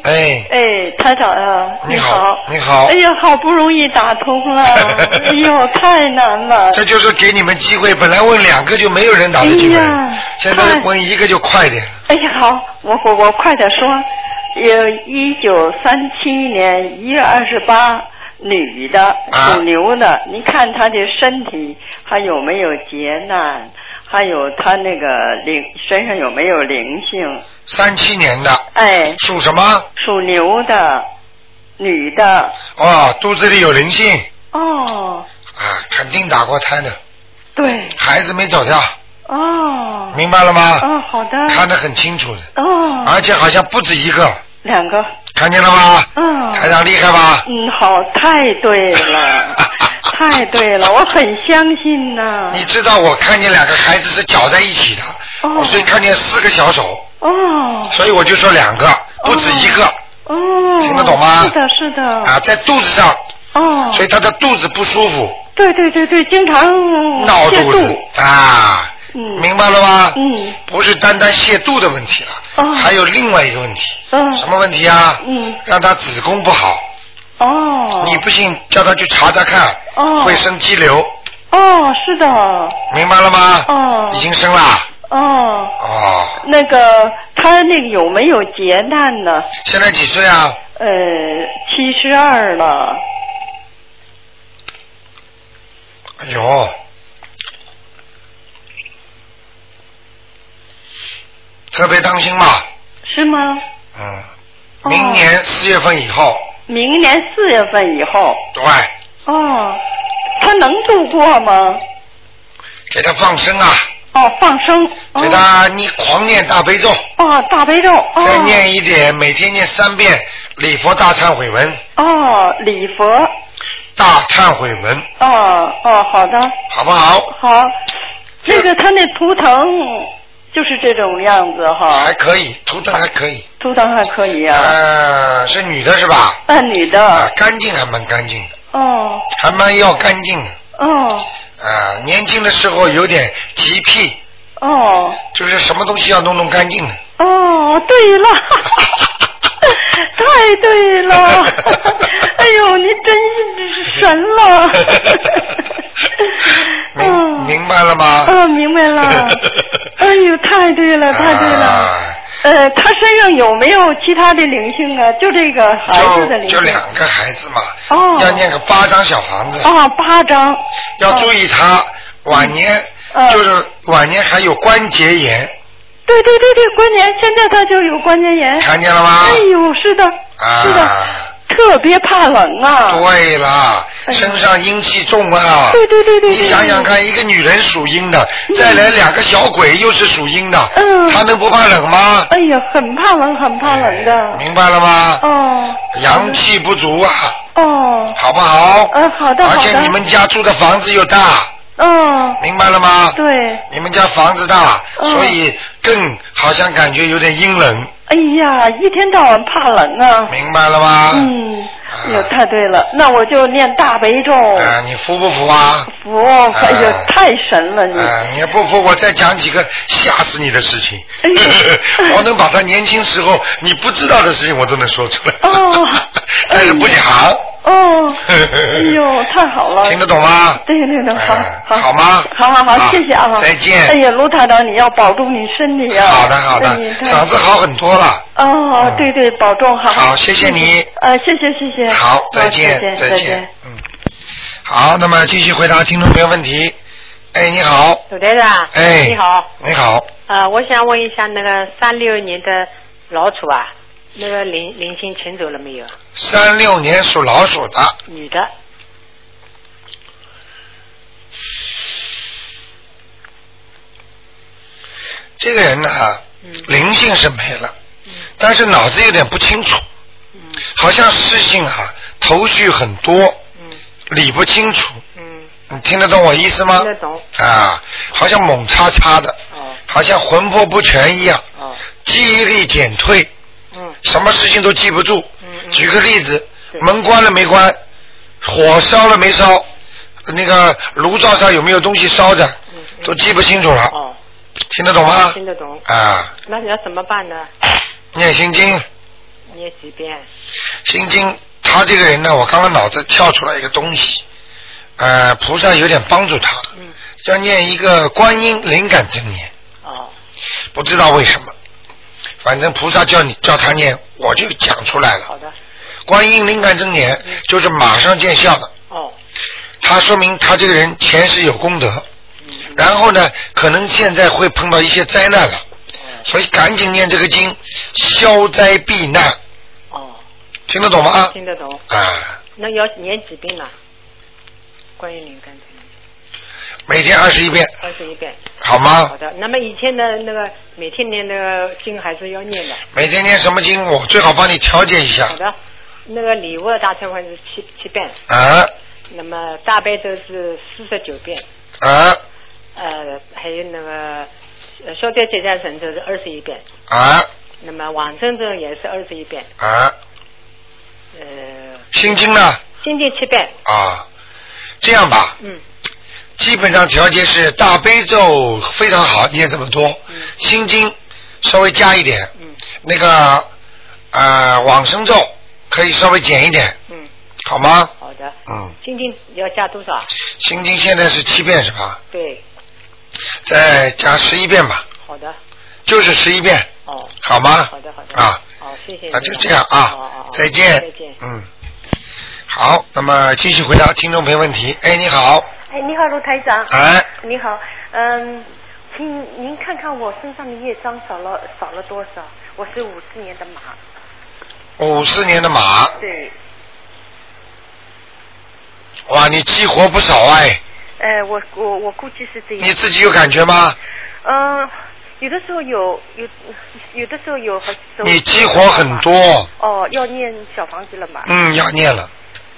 Speaker 1: 哎，
Speaker 11: 哎，台长啊，
Speaker 1: 你
Speaker 11: 好，
Speaker 1: 你好
Speaker 11: 哎，呀，好不容易打通了，哎呦，太难 了。
Speaker 1: 这就是给你们机会，本来问两个就没有人答的机会，
Speaker 11: 哎呀
Speaker 1: 现在问一个就快点。
Speaker 11: 哎呀，好，我我我快点说，有一九三七年一月二十八，女的，
Speaker 1: 啊
Speaker 11: 属牛的，你看她的身体还有没有劫难，还有她那个灵身上有没有灵性？
Speaker 1: 三七年的，
Speaker 11: 哎，
Speaker 1: 属什么？
Speaker 11: 属牛的，女的。
Speaker 1: 哦，肚子里有灵性
Speaker 11: 哦，
Speaker 1: 啊，肯定打过胎的，
Speaker 11: 对，
Speaker 1: 孩子没走掉，
Speaker 11: 哦。
Speaker 1: 明白了吗？啊
Speaker 11: 哦，好的。
Speaker 1: 看得很清楚的，
Speaker 11: 哦，
Speaker 1: 而且好像不止一个，
Speaker 11: 两个。
Speaker 1: 看见了吗？
Speaker 11: 嗯，
Speaker 1: 台长厉害吧？
Speaker 11: 嗯，好，太 对了，太对了，我很相信呐、
Speaker 1: 你知道我看见两个孩子是搅在一起的，我所以看见四个小手，
Speaker 11: 哦，
Speaker 1: 所以我就说两个，不止一个、
Speaker 11: 哦，
Speaker 1: 听得懂吗
Speaker 11: 是的，是的。
Speaker 1: 啊，在肚子上，
Speaker 11: 哦，
Speaker 1: 所以他的肚子不舒服，
Speaker 11: 对对对对，经常
Speaker 1: 闹
Speaker 11: 泻
Speaker 1: 肚子啊，
Speaker 11: 嗯，
Speaker 1: 明白了吗？
Speaker 11: 嗯，
Speaker 1: 不是单单泻肚的问题了，
Speaker 11: 哦
Speaker 1: 还有另外一个问题，
Speaker 11: 嗯，
Speaker 1: 什么问题啊？
Speaker 11: 嗯，
Speaker 1: 让他子宫不好，
Speaker 11: 哦，
Speaker 1: 你不信叫他去查查看，
Speaker 11: 哦
Speaker 1: 会生肌瘤，
Speaker 11: 哦，是的，
Speaker 1: 明白了吗？
Speaker 11: 哦
Speaker 1: 已经生了，
Speaker 11: 哦，
Speaker 1: 哦，
Speaker 11: 那个他那个有没有劫难呢？呃
Speaker 1: 现在几岁啊？
Speaker 11: 呃，七十二了。
Speaker 1: 有，特别当心吧，
Speaker 11: 是吗？哦
Speaker 1: 嗯，明年四月份以后，
Speaker 11: 明年四月份以后。
Speaker 1: 对，
Speaker 11: 哦，他能度过吗？
Speaker 1: 给他放生啊，
Speaker 11: 哦，放生。
Speaker 1: 给他你狂念大悲咒，
Speaker 11: 哦，大悲咒。哦。
Speaker 1: 再念一点，每天念三遍礼佛大忏悔文，
Speaker 11: 哦，礼佛。
Speaker 1: 大啊忏悔文，
Speaker 11: 哦哦，好的。
Speaker 1: 好不好？
Speaker 11: 好，那个他那图腾就是这种样子哈，
Speaker 1: 还可以，图腾还可以，
Speaker 11: 图腾还可以啊。
Speaker 1: 呃，是女的是吧？
Speaker 11: 啊，女的。
Speaker 1: 啊，干净还蛮干净的，
Speaker 11: 哦
Speaker 1: 还蛮要干净的。
Speaker 11: 哦
Speaker 1: 啊，年轻的时候有点洁癖，
Speaker 11: 哦
Speaker 1: 就是什么东西要弄弄干净的。
Speaker 11: 哦，对了，太对了， 哎呦，您真是神了。嗯
Speaker 1: 明白了吗？啊
Speaker 11: 嗯，明白 了。哎呦，太对了，太对了。呃，他身上有没有其他的灵性啊？就这个孩子的
Speaker 1: 就
Speaker 11: 灵性
Speaker 1: 就。两个孩子嘛，
Speaker 11: 哦
Speaker 1: 要念个八张小房子，
Speaker 11: 啊，八张。嗯啊
Speaker 1: 要注意他
Speaker 11: 哦
Speaker 1: 晚年、就是晚年还有关节炎，
Speaker 11: 对对对对，关节现在他就有关节炎。
Speaker 1: 看见了吗
Speaker 11: 哎呦，是的，
Speaker 1: 啊
Speaker 11: 是的，特别怕冷啊。
Speaker 1: 对了，身上阴气重啊！
Speaker 11: 对对对对对嗯
Speaker 1: 你想想看，一个女人属阴的，再来两个小鬼又是属阴的，嗯，她能不怕冷吗？
Speaker 11: 哎呀，很怕冷，很怕冷的。
Speaker 1: 明白了吗？
Speaker 11: 哦
Speaker 1: 阳气不足啊，
Speaker 11: 哦，
Speaker 1: 好不好？
Speaker 11: 嗯，好的
Speaker 1: 而
Speaker 11: 好
Speaker 1: 且
Speaker 11: 的。
Speaker 1: 你们家住的房子又大，
Speaker 11: 嗯，
Speaker 1: 明白了吗？
Speaker 11: 对，
Speaker 1: 你们家房子大，
Speaker 11: 嗯
Speaker 1: 所以更好像感觉有点阴冷，
Speaker 11: 哎呀，一天到晚怕冷啊。
Speaker 1: 明白了吗？
Speaker 11: 嗯，哎呦，太对了，那我就念大悲咒。
Speaker 1: 啊，你服不服啊？
Speaker 11: 服，哎呦，太神了你！
Speaker 1: 啊，你不服，我再讲几个吓死你的事情。
Speaker 11: 哎
Speaker 1: 我能把他年轻时候你不知道的事情，我都能说出来。
Speaker 11: 哦， 哎
Speaker 1: 但是不讲。
Speaker 11: 哦，哎呦，太好了！
Speaker 1: 听得懂吗？啊
Speaker 11: 对对对，好，好，
Speaker 1: 好吗？
Speaker 11: 好好好，谢谢啊！
Speaker 1: 再见
Speaker 11: 哎呀，卢台长，你要保重你身体啊！
Speaker 1: 好的，好的
Speaker 11: 哎呀，太
Speaker 1: 嗓子好很多了。
Speaker 11: 哦，对对，保重哈。
Speaker 1: 好谢谢你
Speaker 11: 呃，谢谢谢谢。
Speaker 1: 好
Speaker 11: 哦，
Speaker 1: 再见
Speaker 11: 见，
Speaker 1: 再
Speaker 11: 再
Speaker 1: 见。好，那么继续回答听众朋友问题。哎，你好，
Speaker 12: 鲁台长，
Speaker 1: 哎
Speaker 12: 啊你好，
Speaker 1: 你好，
Speaker 12: 呃，我想问一下那个三六年的老鼠啊，那个灵灵性请走了没有？
Speaker 1: 啊三六年属老鼠的，
Speaker 12: 女的，
Speaker 1: 这个人呢，啊
Speaker 12: 嗯
Speaker 1: 灵性是没了，但是脑子有点不清楚，
Speaker 12: 嗯
Speaker 1: 好像事情啊头绪很多，
Speaker 12: 嗯
Speaker 1: 理不清楚。你听得懂我意思吗？
Speaker 12: 听得懂。哦
Speaker 1: 啊，好像猛叉叉的，好像魂魄不全一样，记忆力减退，
Speaker 12: 嗯
Speaker 1: 什么事情都记不住。举个例子，门关了没关，火烧了没烧，那个炉灶上有没有东西烧着，
Speaker 12: 嗯
Speaker 1: 都记不清楚了。
Speaker 12: 哦
Speaker 1: 听得懂吗？
Speaker 12: 听得懂。
Speaker 1: 啊，
Speaker 12: 那你要怎么办呢？
Speaker 1: 念心经，
Speaker 12: 念几遍？
Speaker 1: 心经，他这个人呢，我刚刚脑子跳出来一个东西，呃，菩萨有点帮助他，
Speaker 12: 嗯
Speaker 1: 要念一个观音灵感真言。
Speaker 12: 哦。
Speaker 1: 不知道为什么，反正菩萨叫你叫他念，我就讲出来了。好
Speaker 12: 的。嗯
Speaker 1: 观音灵感真言就是马上见效的。
Speaker 12: 哦。
Speaker 1: 他说明他这个人前世有功德，
Speaker 12: 嗯
Speaker 1: 然后呢，可能现在会碰到一些灾难了，
Speaker 12: 哦
Speaker 1: 所以赶紧念这个经，消灾避难。哦。听得懂吗？
Speaker 12: 听得懂。
Speaker 1: 啊，
Speaker 12: 那要念几遍呢？关于灵感的。
Speaker 1: 每天二十一遍，
Speaker 12: 二十一遍。
Speaker 1: 好吗
Speaker 12: 好的，那么以前的那个每天念那个经还是要念的。
Speaker 1: 每天念什么经，我最好帮你调节一下
Speaker 12: 好。的，那个礼物大忏悔是七七遍，
Speaker 1: 啊
Speaker 12: 那么大悲咒是四十九遍，
Speaker 1: 啊
Speaker 12: 呃，还有那个呃消灾解难神咒是二十一遍，
Speaker 1: 啊
Speaker 12: 那么往生咒也是二十一遍，
Speaker 1: 啊！
Speaker 12: 呃，
Speaker 1: 心经呢？
Speaker 12: 心经七遍，
Speaker 1: 啊，这样吧，
Speaker 12: 嗯，
Speaker 1: 基本上调节是大悲咒非常好，念这么多，
Speaker 12: 嗯
Speaker 1: 心经稍微加一点，那个呃往生咒可以稍微减一点，
Speaker 12: 嗯，
Speaker 1: 好吗？
Speaker 12: 好的，
Speaker 1: 嗯，
Speaker 12: 心经要加多少？
Speaker 1: 心经现在是七遍是吧？
Speaker 12: 对，
Speaker 1: 再加十一遍吧，
Speaker 12: 好的，
Speaker 1: 就是十一遍，
Speaker 12: 哦，
Speaker 1: 好吗？
Speaker 12: 好的，好的，
Speaker 1: 啊，
Speaker 12: 好，谢谢你，哦
Speaker 1: 那就这样
Speaker 12: 好
Speaker 1: 啊，再见，
Speaker 12: 再见，
Speaker 1: 嗯，好，那么继续回答听众朋友问题。哎，你好，
Speaker 13: 哎，你好，卢台长。
Speaker 1: 哎。
Speaker 13: 你好，嗯，请您看看我身上的业障少了少了多少？我是五四年的马。
Speaker 1: 五四年的马，
Speaker 13: 对，
Speaker 1: 哇，你激活不少哎，
Speaker 13: 哎，我我我估计是这样。
Speaker 1: 你自己有感觉吗？
Speaker 13: 嗯、有的时候有有有的时候有和手
Speaker 1: 你激活很多
Speaker 13: 哦，要念小房子了嘛？
Speaker 1: 嗯，要念了。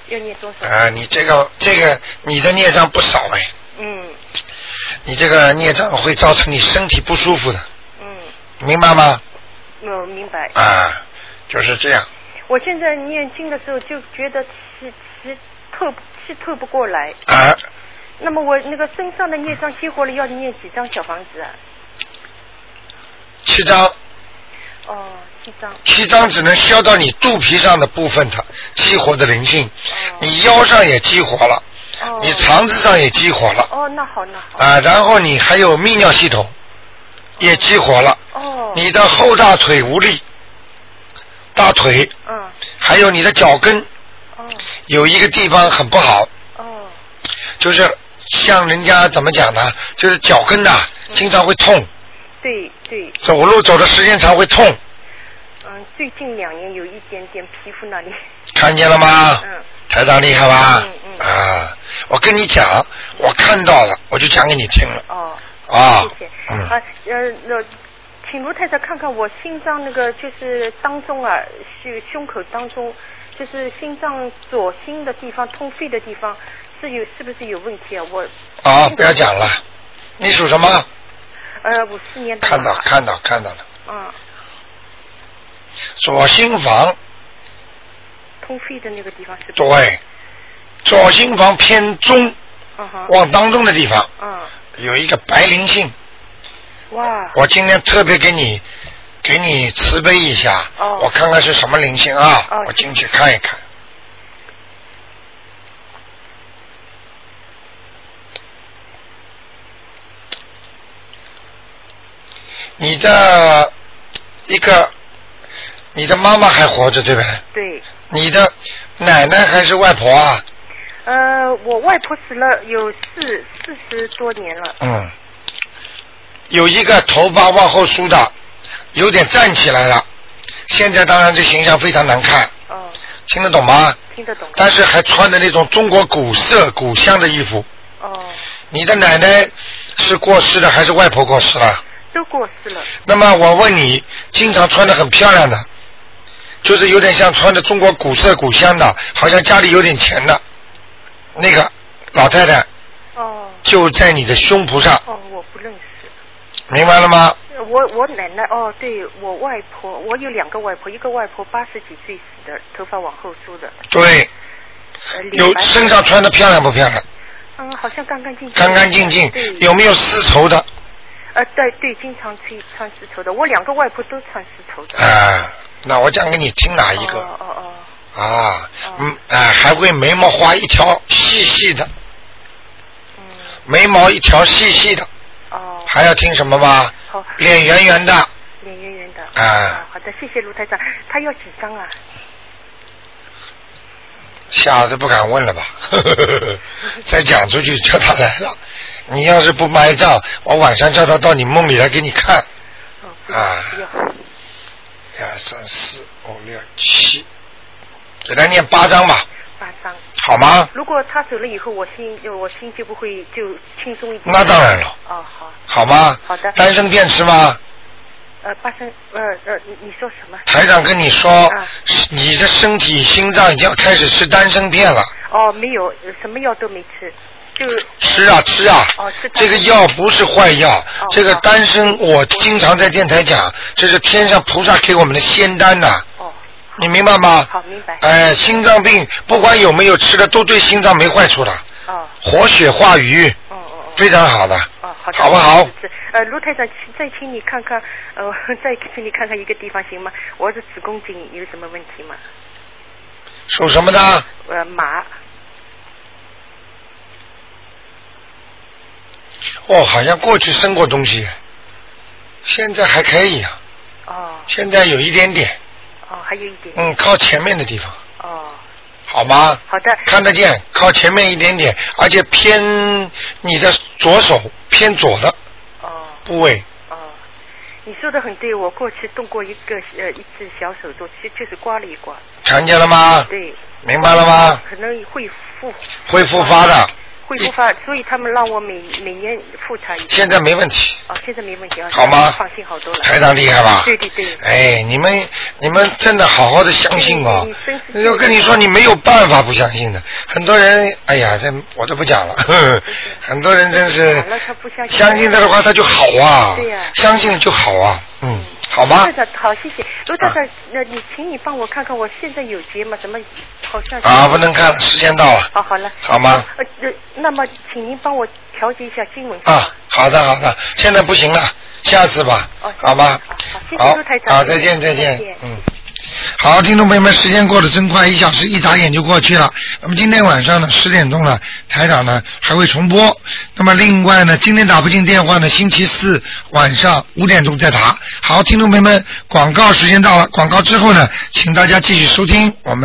Speaker 13: 要念多少？
Speaker 1: 啊，你这个这个你的孽障不少哎，
Speaker 13: 嗯
Speaker 1: 你这个孽障会造成你身体不舒服的，嗯，明白吗？
Speaker 13: 我明白。
Speaker 1: 啊，就是这样，
Speaker 13: 我现在念经的时候就觉得气气透气透不过来。
Speaker 1: 啊。
Speaker 13: 那么我那个身上的孽障激活了，要念几张小房子啊？
Speaker 1: 七张
Speaker 13: 哦，七张。
Speaker 1: 七张只能消到你肚皮上的部分的激活的灵性，
Speaker 13: 哦
Speaker 1: 你腰上也激活了，你肠子上也激活了，
Speaker 13: 哦，那好，那好。
Speaker 1: 啊，然后你还有泌尿系统也激活了，
Speaker 13: 哦。
Speaker 1: 你的后大腿无力，大腿，
Speaker 13: 嗯，哦
Speaker 1: 还有你的脚跟，有一个地方很不好，就是像人家怎么讲呢，就是脚跟呐、经常会痛，
Speaker 13: 对对，
Speaker 1: 走路走的时间长会痛，
Speaker 13: 嗯，最近两年有一点点皮肤那里。
Speaker 1: 看见了吗？
Speaker 13: 嗯。
Speaker 1: 台长厉害吧？啊，我跟你讲，我看到了，我就讲给你听了。
Speaker 13: 哦。
Speaker 1: 啊，
Speaker 13: 谢谢。
Speaker 1: 嗯
Speaker 13: 啊，呃，那请卢太太看看我心脏那个就是当中啊，胸胸口当中，就是心脏左心的地方通肺的地方是有是不是有问题啊？我
Speaker 1: 好，哦不要讲了。你属什么？
Speaker 13: 呃五四年的
Speaker 1: 看到，看到，看到了。
Speaker 13: 啊，
Speaker 1: 左心房，
Speaker 13: 通肺的那个地方是不是？
Speaker 1: 对，左心房偏中，
Speaker 13: 嗯哼。
Speaker 1: 往当中的地方
Speaker 13: 嗯，
Speaker 1: 有一个白灵性。
Speaker 13: 哇，
Speaker 1: 我今天特别给你，给你慈悲一下，
Speaker 13: 哦
Speaker 1: 我看看是什么灵性啊，
Speaker 13: 哦
Speaker 1: 我进去看一看。你的一个，你的妈妈还活着对不对？
Speaker 13: 对，
Speaker 1: 你的奶奶还是外婆啊？
Speaker 13: 呃，我外婆死了有四四十多年了，
Speaker 1: 嗯，有一个头发往后梳的，有点站起来了。现在当然这形象非常难看。哦。听得懂吗？
Speaker 13: 听得懂。
Speaker 1: 但是还穿的那种中国古色古香的衣服。
Speaker 13: 哦。
Speaker 1: 你的奶奶是过世的还是外婆过世了？
Speaker 13: 都过世了。
Speaker 1: 那么我问你，经常穿的很漂亮的，就是有点像穿的中国古色古香的，好像家里有点钱的，那个老太太。
Speaker 13: 哦。
Speaker 1: 就在你的胸脯上，
Speaker 13: 哦，我不认识。
Speaker 1: 明白了吗？
Speaker 13: 呃我我奶奶哦，对我外婆，我有两个外婆，一个外婆八十几岁死的，头发往后梳的，
Speaker 1: 对，
Speaker 13: 呃，脸
Speaker 1: 有
Speaker 13: 白
Speaker 1: 身上穿的漂亮不漂亮？
Speaker 13: 嗯，好像干干净净，
Speaker 1: 干干净净
Speaker 13: 对，
Speaker 1: 有没有丝绸的？
Speaker 13: 呃，对对，经常穿穿丝绸的，我两个外婆都穿丝绸的。
Speaker 1: 啊，那我讲给你听哪一个？哦
Speaker 13: 哦
Speaker 1: 哦。啊，嗯，哎、还会眉毛画一条细细的，眉毛一条细细的。嗯哦。还要听什么吗？
Speaker 13: 好，
Speaker 1: 脸圆圆的，啊、
Speaker 13: 脸圆圆的。
Speaker 1: 嗯
Speaker 13: 好的，谢谢卢台长。他要几张啊？
Speaker 1: 吓得不敢问了吧？ 再讲出去叫他来了。你要是不埋葬，我晚上叫他到你梦里来给你看。
Speaker 13: 哦
Speaker 1: 啊。
Speaker 13: 哎
Speaker 1: 一二三四五六七，给他念八章吧，
Speaker 13: 八张。
Speaker 1: 好吗？
Speaker 13: 如果他走了以后，我心就我心就不会就轻松一点。
Speaker 1: 那当然了。
Speaker 13: 哦，好。
Speaker 1: 好吗？
Speaker 13: 好的。
Speaker 1: 丹参片吃吗？
Speaker 13: 呃，八三呃呃，你你说什么？
Speaker 1: 台长跟你说，
Speaker 13: 啊
Speaker 1: 你的身体心脏已经要开始吃丹参片了，
Speaker 13: 哦，没有，呃什么药都没吃，就
Speaker 1: 吃啊吃啊。
Speaker 13: 哦，吃哦
Speaker 1: 这个药不是坏药，这个丹参我经常在电台讲，这是天上菩萨给我们的仙丹呐、你明白吗？
Speaker 13: 哦好，明白。
Speaker 1: 哎，心脏病不管有没有吃的，都对心脏没坏处的。
Speaker 13: 哦。
Speaker 1: 活血化瘀。非常好的。
Speaker 13: 哦，好的，
Speaker 1: 好不好
Speaker 13: 是？是呃，卢台长，请再请你看看，呃，再请你看看一个地方行吗？我的子宫颈有什么问题吗？
Speaker 1: 属什么的？
Speaker 13: 呃，麻，
Speaker 1: 哦，好像过去生过东西，现在还可以啊。
Speaker 13: 哦。
Speaker 1: 现在有一点点，
Speaker 13: 哦，还有一点。
Speaker 1: 嗯，靠前面的地方。
Speaker 13: 哦。
Speaker 1: 好吗？
Speaker 13: 好的。
Speaker 1: 看得见，靠前面一点点，而且偏你的左手偏左的
Speaker 13: 哦
Speaker 1: 部位。
Speaker 13: 你说的很对，我过去动过一个呃一只小手镯，其实就是刮了一刮。
Speaker 1: 看见了吗
Speaker 13: 对。
Speaker 1: 明白了吗？
Speaker 13: 可能会复
Speaker 1: 会复发的，
Speaker 13: 会复发，所以他们让我每每年复查一次。
Speaker 1: 现在没问题。
Speaker 13: 哦，现在没问题啊。
Speaker 1: 好吗
Speaker 13: 放心好多了。
Speaker 1: 台长厉害吧
Speaker 13: 对对对。
Speaker 1: 哎，你们你们真的好好的相信哦。我跟你说，你没有办法不相信的。很多人，哎呀，这我都不讲了。 很多人真 是相信他的话，他就好啊
Speaker 13: 对呀。
Speaker 1: 相信就好啊，嗯，好吗啊
Speaker 13: 罗？大好，谢谢罗大大，那你请你帮我看看，我现在有节吗？怎么好像是
Speaker 1: 啊不能看了时间到了
Speaker 13: 好，好了，
Speaker 1: 好吗？
Speaker 13: 呃，那那么请您帮我调节一下经文。
Speaker 1: 啊，好的好的，现在不行了，下次吧，好吧？
Speaker 13: 哦谢谢
Speaker 1: 好
Speaker 13: 陆台，长
Speaker 1: 好，再见再
Speaker 13: 再见
Speaker 1: 见，嗯。好，听众朋友们，时间过得真快，一小时一眨眼就过去了。那么今天晚上呢，十点钟呢，台长呢还会重播。那么另外呢，今天打不进电话呢，星期四晚上五点钟再打。好，听众朋友们，广告时间到了，广告之后呢，请大家继续收听我们。